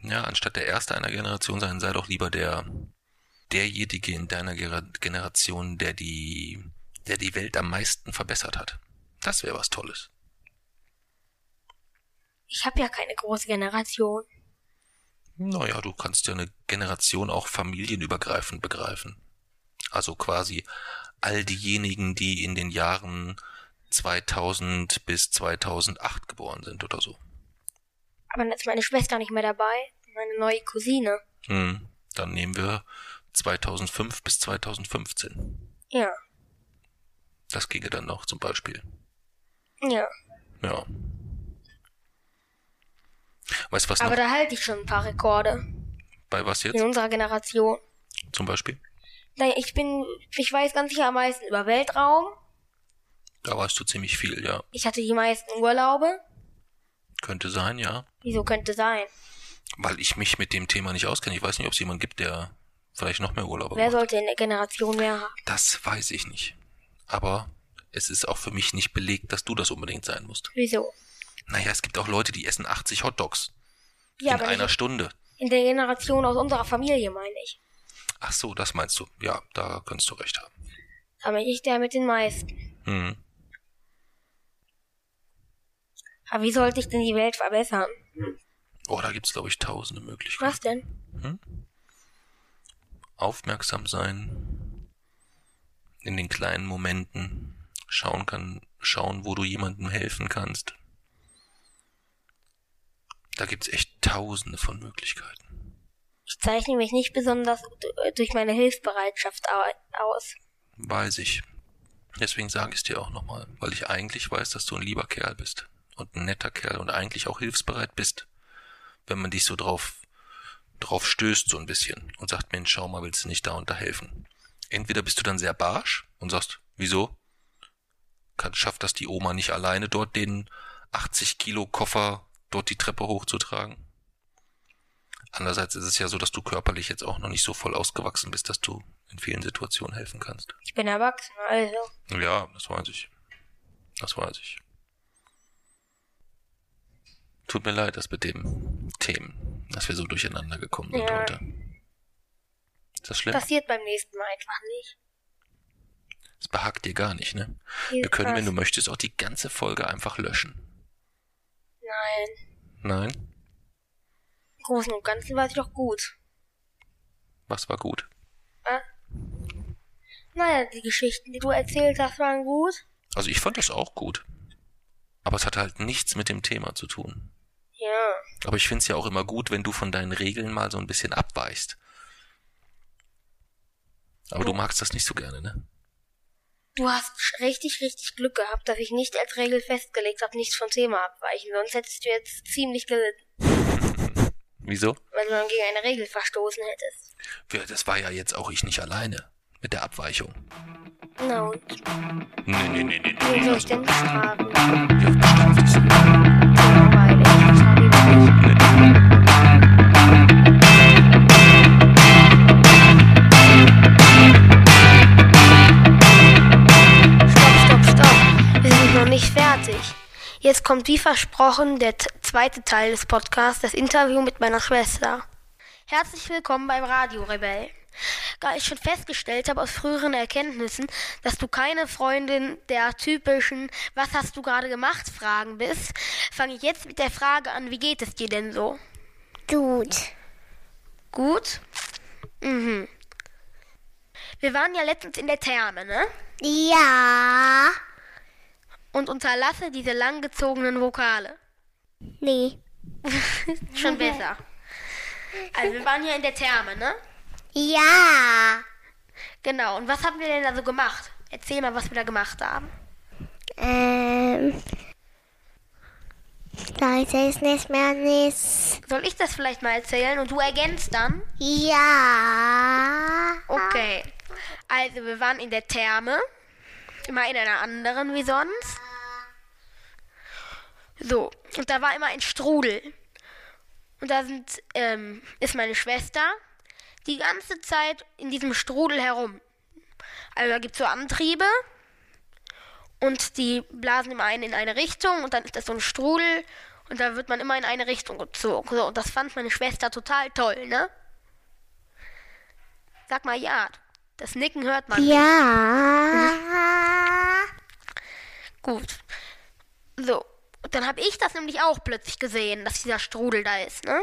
[SPEAKER 2] Ja, anstatt der Erste einer Generation sein, sei doch lieber der derjenige in deiner Gera Generation, der die, der die Welt am meisten verbessert hat. Das wäre was Tolles.
[SPEAKER 1] Ich habe ja keine große Generation.
[SPEAKER 2] Naja, du kannst ja eine Generation auch familienübergreifend begreifen. Also quasi all diejenigen, die in den Jahren 2000 bis 2008 geboren sind oder so.
[SPEAKER 1] Aber dann ist meine Schwester nicht mehr dabei. Meine neue Cousine.
[SPEAKER 2] Hm. Dann nehmen wir 2005 bis 2015.
[SPEAKER 1] Ja.
[SPEAKER 2] Das ginge dann noch zum Beispiel.
[SPEAKER 1] Ja.
[SPEAKER 2] Ja. Weißt du was
[SPEAKER 1] Aber
[SPEAKER 2] noch?
[SPEAKER 1] da halte ich schon ein paar Rekorde.
[SPEAKER 2] Bei was
[SPEAKER 1] In
[SPEAKER 2] jetzt
[SPEAKER 1] unserer Generation.
[SPEAKER 2] zum Beispiel?
[SPEAKER 1] Naja, ich bin, ich weiß ganz sicher am meisten über Weltraum.
[SPEAKER 2] Da weißt du ziemlich viel, ja.
[SPEAKER 1] Ich hatte die meisten Urlaube.
[SPEAKER 2] Könnte sein, ja.
[SPEAKER 1] Wieso könnte sein?
[SPEAKER 2] Weil ich mich mit dem Thema nicht auskenne. Ich weiß nicht, ob es jemanden gibt, der vielleicht noch mehr Urlaub
[SPEAKER 1] Wer
[SPEAKER 2] macht.
[SPEAKER 1] sollte in der Generation mehr haben?
[SPEAKER 2] Das weiß ich nicht. Aber es ist auch für mich nicht belegt, dass du das unbedingt sein musst.
[SPEAKER 1] Wieso?
[SPEAKER 2] Naja, es gibt auch Leute, die essen 80 Hotdogs
[SPEAKER 1] Ja,
[SPEAKER 2] in
[SPEAKER 1] aber
[SPEAKER 2] einer
[SPEAKER 1] nicht
[SPEAKER 2] Stunde.
[SPEAKER 1] in der Generation aus unserer Familie, meine ich.
[SPEAKER 2] Ach so, das meinst du. Ja, da kannst du recht haben.
[SPEAKER 1] Da bin ich der mit den meisten.
[SPEAKER 2] Hm.
[SPEAKER 1] Aber wie sollte ich denn die Welt verbessern?
[SPEAKER 2] Oh, da gibt's glaube ich, tausende Möglichkeiten.
[SPEAKER 1] Was denn?
[SPEAKER 2] Hm? Aufmerksam sein. In den kleinen Momenten. Schauen kann, schauen, wo du jemandem helfen kannst. Da gibt's echt tausende von Möglichkeiten.
[SPEAKER 1] Ich zeichne mich nicht besonders d- äh, durch meine Hilfsbereitschaft au- aus.
[SPEAKER 2] Weiß ich. Deswegen sage ich es dir auch nochmal, weil ich eigentlich weiß, dass du ein lieber Kerl bist und ein netter Kerl und eigentlich auch hilfsbereit bist, wenn man dich so drauf, drauf stößt so ein bisschen und sagt, Mensch, schau mal, willst du nicht da und da helfen? Entweder bist du dann sehr barsch und sagst, wieso? Kann, schafft das die Oma nicht alleine, dort den 80 Kilo Koffer dort die Treppe hochzutragen? Andererseits ist es ja so, dass du körperlich jetzt auch noch nicht so voll ausgewachsen bist, dass du in vielen Situationen helfen kannst.
[SPEAKER 1] Ich bin erwachsen, also.
[SPEAKER 2] Ja, das weiß ich. Das weiß ich. Tut mir leid, dass mit dem Themen, dass wir so durcheinander gekommen sind
[SPEAKER 1] Ja.
[SPEAKER 2] heute. Ist das schlimm? Das,
[SPEAKER 1] Passiert beim nächsten Mal einfach nicht.
[SPEAKER 2] behagt dir gar nicht, ne? Wir
[SPEAKER 1] Dieses
[SPEAKER 2] können, wenn du
[SPEAKER 1] Mal-
[SPEAKER 2] möchtest, auch die ganze Folge einfach löschen.
[SPEAKER 1] Nein.
[SPEAKER 2] Nein?
[SPEAKER 1] Großen und Ganzen war sie doch gut.
[SPEAKER 2] Was war gut?
[SPEAKER 1] Naja, die Geschichten, die du erzählt hast, waren gut.
[SPEAKER 2] Also ich fand das auch gut. Aber es hat halt nichts mit dem Thema zu tun.
[SPEAKER 1] Ja.
[SPEAKER 2] Aber ich finde es ja auch immer gut, wenn du von deinen Regeln mal so ein bisschen abweichst. Aber du magst das nicht so gerne, ne?
[SPEAKER 1] Du hast sch- richtig, richtig Glück gehabt, dass ich nicht als Regel festgelegt habe, nichts vom Thema abweichen. Sonst hättest du jetzt ziemlich gelitten,
[SPEAKER 2] Wieso?
[SPEAKER 1] wenn du dann gegen eine Regel verstoßen hättest.
[SPEAKER 2] Ja, Das war ja jetzt auch ich nicht alleine mit der Abweichung.
[SPEAKER 1] Na und
[SPEAKER 2] Nee, nee, nee, nee,
[SPEAKER 1] wen
[SPEAKER 2] nee.
[SPEAKER 1] soll ich
[SPEAKER 2] Also,
[SPEAKER 1] denn bestrafen?
[SPEAKER 2] ja, bestraft dich so.
[SPEAKER 1] Langweilig. Sorry, weil ich-
[SPEAKER 2] Nee.
[SPEAKER 1] Stopp, stopp, stopp. Wir sind noch nicht fertig. Jetzt kommt wie versprochen der t- zweite Teil des Podcasts, das Interview mit meiner Schwester. Herzlich willkommen beim Radio Rebell. Da ich schon festgestellt habe aus früheren Erkenntnissen, dass du keine Freundin der typischen Was hast du gerade gemacht Fragen bist, fange ich jetzt mit der Frage an, wie geht es dir denn so?
[SPEAKER 3] Gut.
[SPEAKER 1] Gut? Mhm. Wir waren ja letztens in der Therme, ne?
[SPEAKER 3] Ja.
[SPEAKER 1] Und unterlasse diese langgezogenen Vokale.
[SPEAKER 3] Nee.
[SPEAKER 1] Schon besser. Also wir waren hier in der Therme, ne?
[SPEAKER 3] Ja.
[SPEAKER 1] Genau. Und was haben wir denn da so gemacht? Erzähl mal, was wir da gemacht haben.
[SPEAKER 3] Ähm. Da ist es nicht mehr nichts.
[SPEAKER 1] Soll ich das vielleicht mal erzählen und du ergänzt dann?
[SPEAKER 3] Ja.
[SPEAKER 1] Okay. Also wir waren in der Therme. Immer in einer anderen wie sonst. So. Und da war immer ein Strudel. Und da sind, ähm, ist meine Schwester die ganze Zeit in diesem Strudel herum. Also da gibt es so Antriebe und die blasen immer einen in eine Richtung und dann ist das so ein Strudel und da wird man immer in eine Richtung gezogen. So, und das fand meine Schwester total toll, ne? Sag mal ja. Das Nicken hört man.
[SPEAKER 3] Ja.
[SPEAKER 1] Gut. So. Und dann habe ich das nämlich auch plötzlich gesehen, dass dieser Strudel da ist, ne?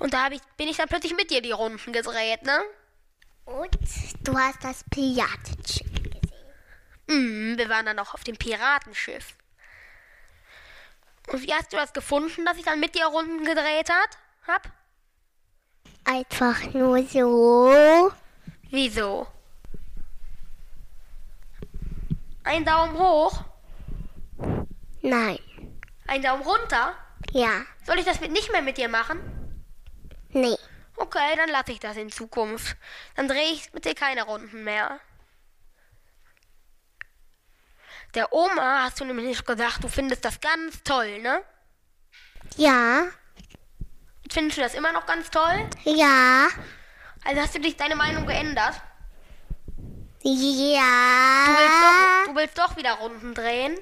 [SPEAKER 1] Und da hab ich, bin ich dann plötzlich mit dir die Runden gedreht, ne?
[SPEAKER 3] Und du hast das Piratenschip gesehen.
[SPEAKER 1] Mhm, wir waren dann auch auf dem Piratenschiff. Und wie hast du das gefunden, dass ich dann mit dir Runden gedreht hat, hab?
[SPEAKER 3] Einfach nur so.
[SPEAKER 1] Wieso? Ein Daumen hoch,
[SPEAKER 3] Nein.
[SPEAKER 1] ein Daumen runter.
[SPEAKER 3] Ja.
[SPEAKER 1] Soll ich das mit nicht mehr mit dir machen?
[SPEAKER 3] Nee.
[SPEAKER 1] Okay, dann lasse ich das in Zukunft. Dann drehe ich mit dir keine Runden mehr. Der Oma hast du nämlich nicht gesagt, du findest das ganz toll, ne?
[SPEAKER 3] Ja.
[SPEAKER 1] Findest du das immer noch ganz toll?
[SPEAKER 3] Ja.
[SPEAKER 1] Also hast du dich deine Meinung geändert? Du willst
[SPEAKER 3] Ja.
[SPEAKER 1] doch, du willst doch wieder Runden drehen?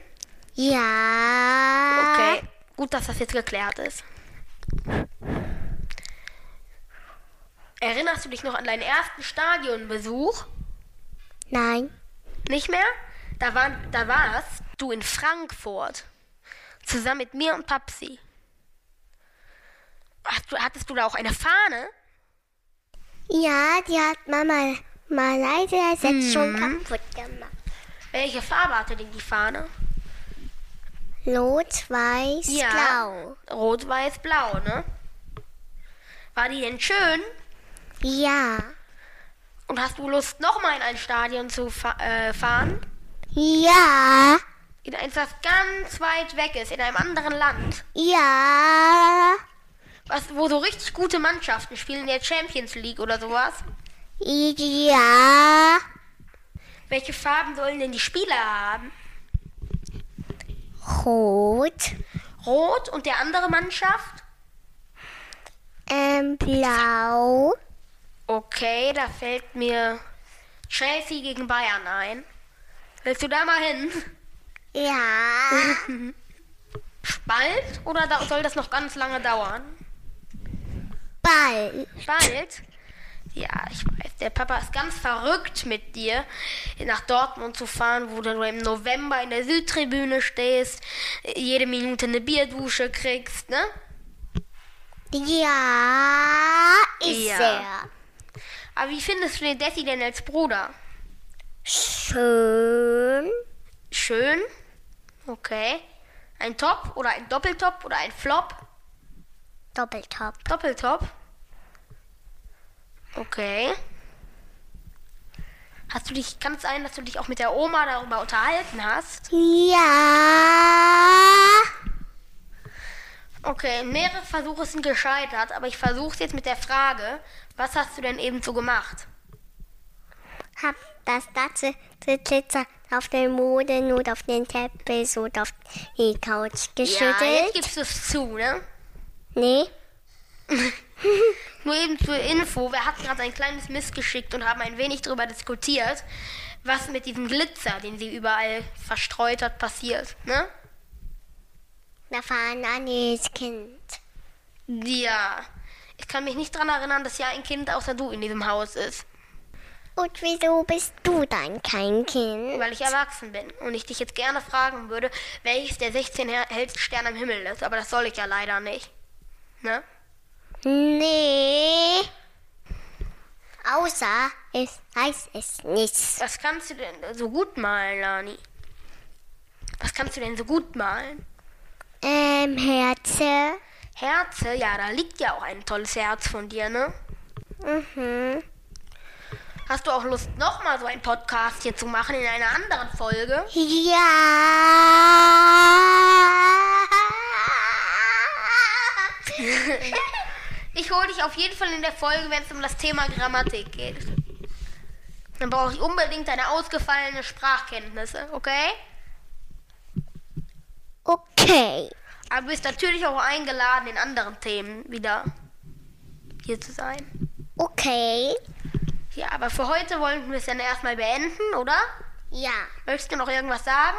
[SPEAKER 3] Ja.
[SPEAKER 1] Okay, gut, dass das jetzt geklärt ist. Erinnerst du dich noch an deinen ersten Stadionbesuch?
[SPEAKER 3] Nein.
[SPEAKER 1] Nicht mehr? Da, waren, da warst du in Frankfurt. Zusammen mit mir und Papsi. Hast du, hattest du da auch eine Fahne?
[SPEAKER 3] Ja, die hat Mama mal leider jetzt schon kaputt gemacht.
[SPEAKER 1] Welche Farbe hatte denn die Fahne?
[SPEAKER 3] Rot, weiß,
[SPEAKER 1] Ja.
[SPEAKER 3] blau.
[SPEAKER 1] Rot, weiß, blau, ne? War die denn schön?
[SPEAKER 3] Ja.
[SPEAKER 1] Und hast du Lust, nochmal in ein Stadion zu fa äh, fahren?
[SPEAKER 3] Ja.
[SPEAKER 1] In eins, das ganz weit weg ist, in einem anderen Land.
[SPEAKER 3] Ja.
[SPEAKER 1] Was, wo so richtig gute Mannschaften spielen, in der Champions League oder sowas.
[SPEAKER 3] Ja.
[SPEAKER 1] Welche Farben sollen denn die Spieler haben?
[SPEAKER 3] Rot.
[SPEAKER 1] Rot und der andere Mannschaft?
[SPEAKER 3] Ähm, blau.
[SPEAKER 1] Okay, da fällt mir Chelsea gegen Bayern ein. Willst du da mal hin?
[SPEAKER 3] Ja.
[SPEAKER 1] Bald oder da soll das noch ganz lange dauern?
[SPEAKER 3] Ball.
[SPEAKER 1] Bald? Ja, ich weiß, der Papa ist ganz verrückt mit dir, nach Dortmund zu fahren, wo du im November in der Südtribüne stehst, jede Minute eine Bierdusche kriegst, ne?
[SPEAKER 3] Ja, ist
[SPEAKER 1] Ja.
[SPEAKER 3] er.
[SPEAKER 1] Aber wie findest du den Dessi denn als Bruder?
[SPEAKER 3] Schön.
[SPEAKER 1] Schön. Okay. Ein Top oder ein Doppeltop oder ein Flop?
[SPEAKER 3] Doppeltop.
[SPEAKER 1] Doppeltop. Okay. Hast du dich, kann es sein, dass du dich auch mit der Oma darüber unterhalten hast?
[SPEAKER 3] Ja.
[SPEAKER 1] Okay, mehrere Versuche sind gescheitert, aber ich versuche jetzt mit der Frage, was hast du denn eben so gemacht?
[SPEAKER 3] Hab das ganze Glitzer auf den Boden oder auf den Teppich oder auf die Couch
[SPEAKER 1] Ja, jetzt
[SPEAKER 3] geschüttelt.
[SPEAKER 1] gibst du es zu, ne?
[SPEAKER 3] nee.
[SPEAKER 1] Nur eben zur Info, wir hatten gerade ein kleines Missgeschick und haben ein wenig darüber diskutiert, was mit diesem Glitzer, den sie überall verstreut hat, passiert, ne?
[SPEAKER 3] Da war ein anderes Kind.
[SPEAKER 1] Ja. Ich kann mich nicht dran erinnern, dass ja ein Kind außer du in diesem Haus ist,
[SPEAKER 3] Und wieso bist du dann kein Kind?
[SPEAKER 1] weil ich erwachsen bin und ich dich jetzt gerne fragen würde, welches der 16 hell- hellsten Sterne am Himmel ist, aber das soll ich ja leider nicht. Ne?
[SPEAKER 3] Nee. Außer ich weiß es nicht.
[SPEAKER 1] Was kannst du denn so gut malen, Lani? Was kannst du denn so gut malen?
[SPEAKER 3] Ähm, Herze.
[SPEAKER 1] Herze, ja, da liegt ja auch ein tolles Herz von dir, ne?
[SPEAKER 3] Mhm.
[SPEAKER 1] Hast du auch Lust, nochmal so einen Podcast hier zu machen in einer anderen Folge?
[SPEAKER 3] [laughs] Ja.
[SPEAKER 1] Ich hole dich auf jeden Fall in der Folge, wenn es um das Thema Grammatik geht. Dann brauche ich unbedingt deine ausgefallene Sprachkenntnisse, okay?
[SPEAKER 3] Okay.
[SPEAKER 1] Aber du bist natürlich auch eingeladen, in anderen Themen wieder hier zu sein.
[SPEAKER 3] Okay.
[SPEAKER 1] Ja, aber für heute wollen wir es dann erstmal beenden, oder?
[SPEAKER 3] Ja.
[SPEAKER 1] Möchtest du noch irgendwas sagen?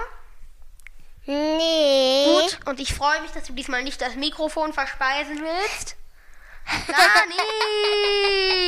[SPEAKER 3] Nee.
[SPEAKER 1] [laughs] Gut, und ich freue mich, dass du diesmal nicht das Mikrofon verspeisen willst. Dani!
[SPEAKER 3] Ah.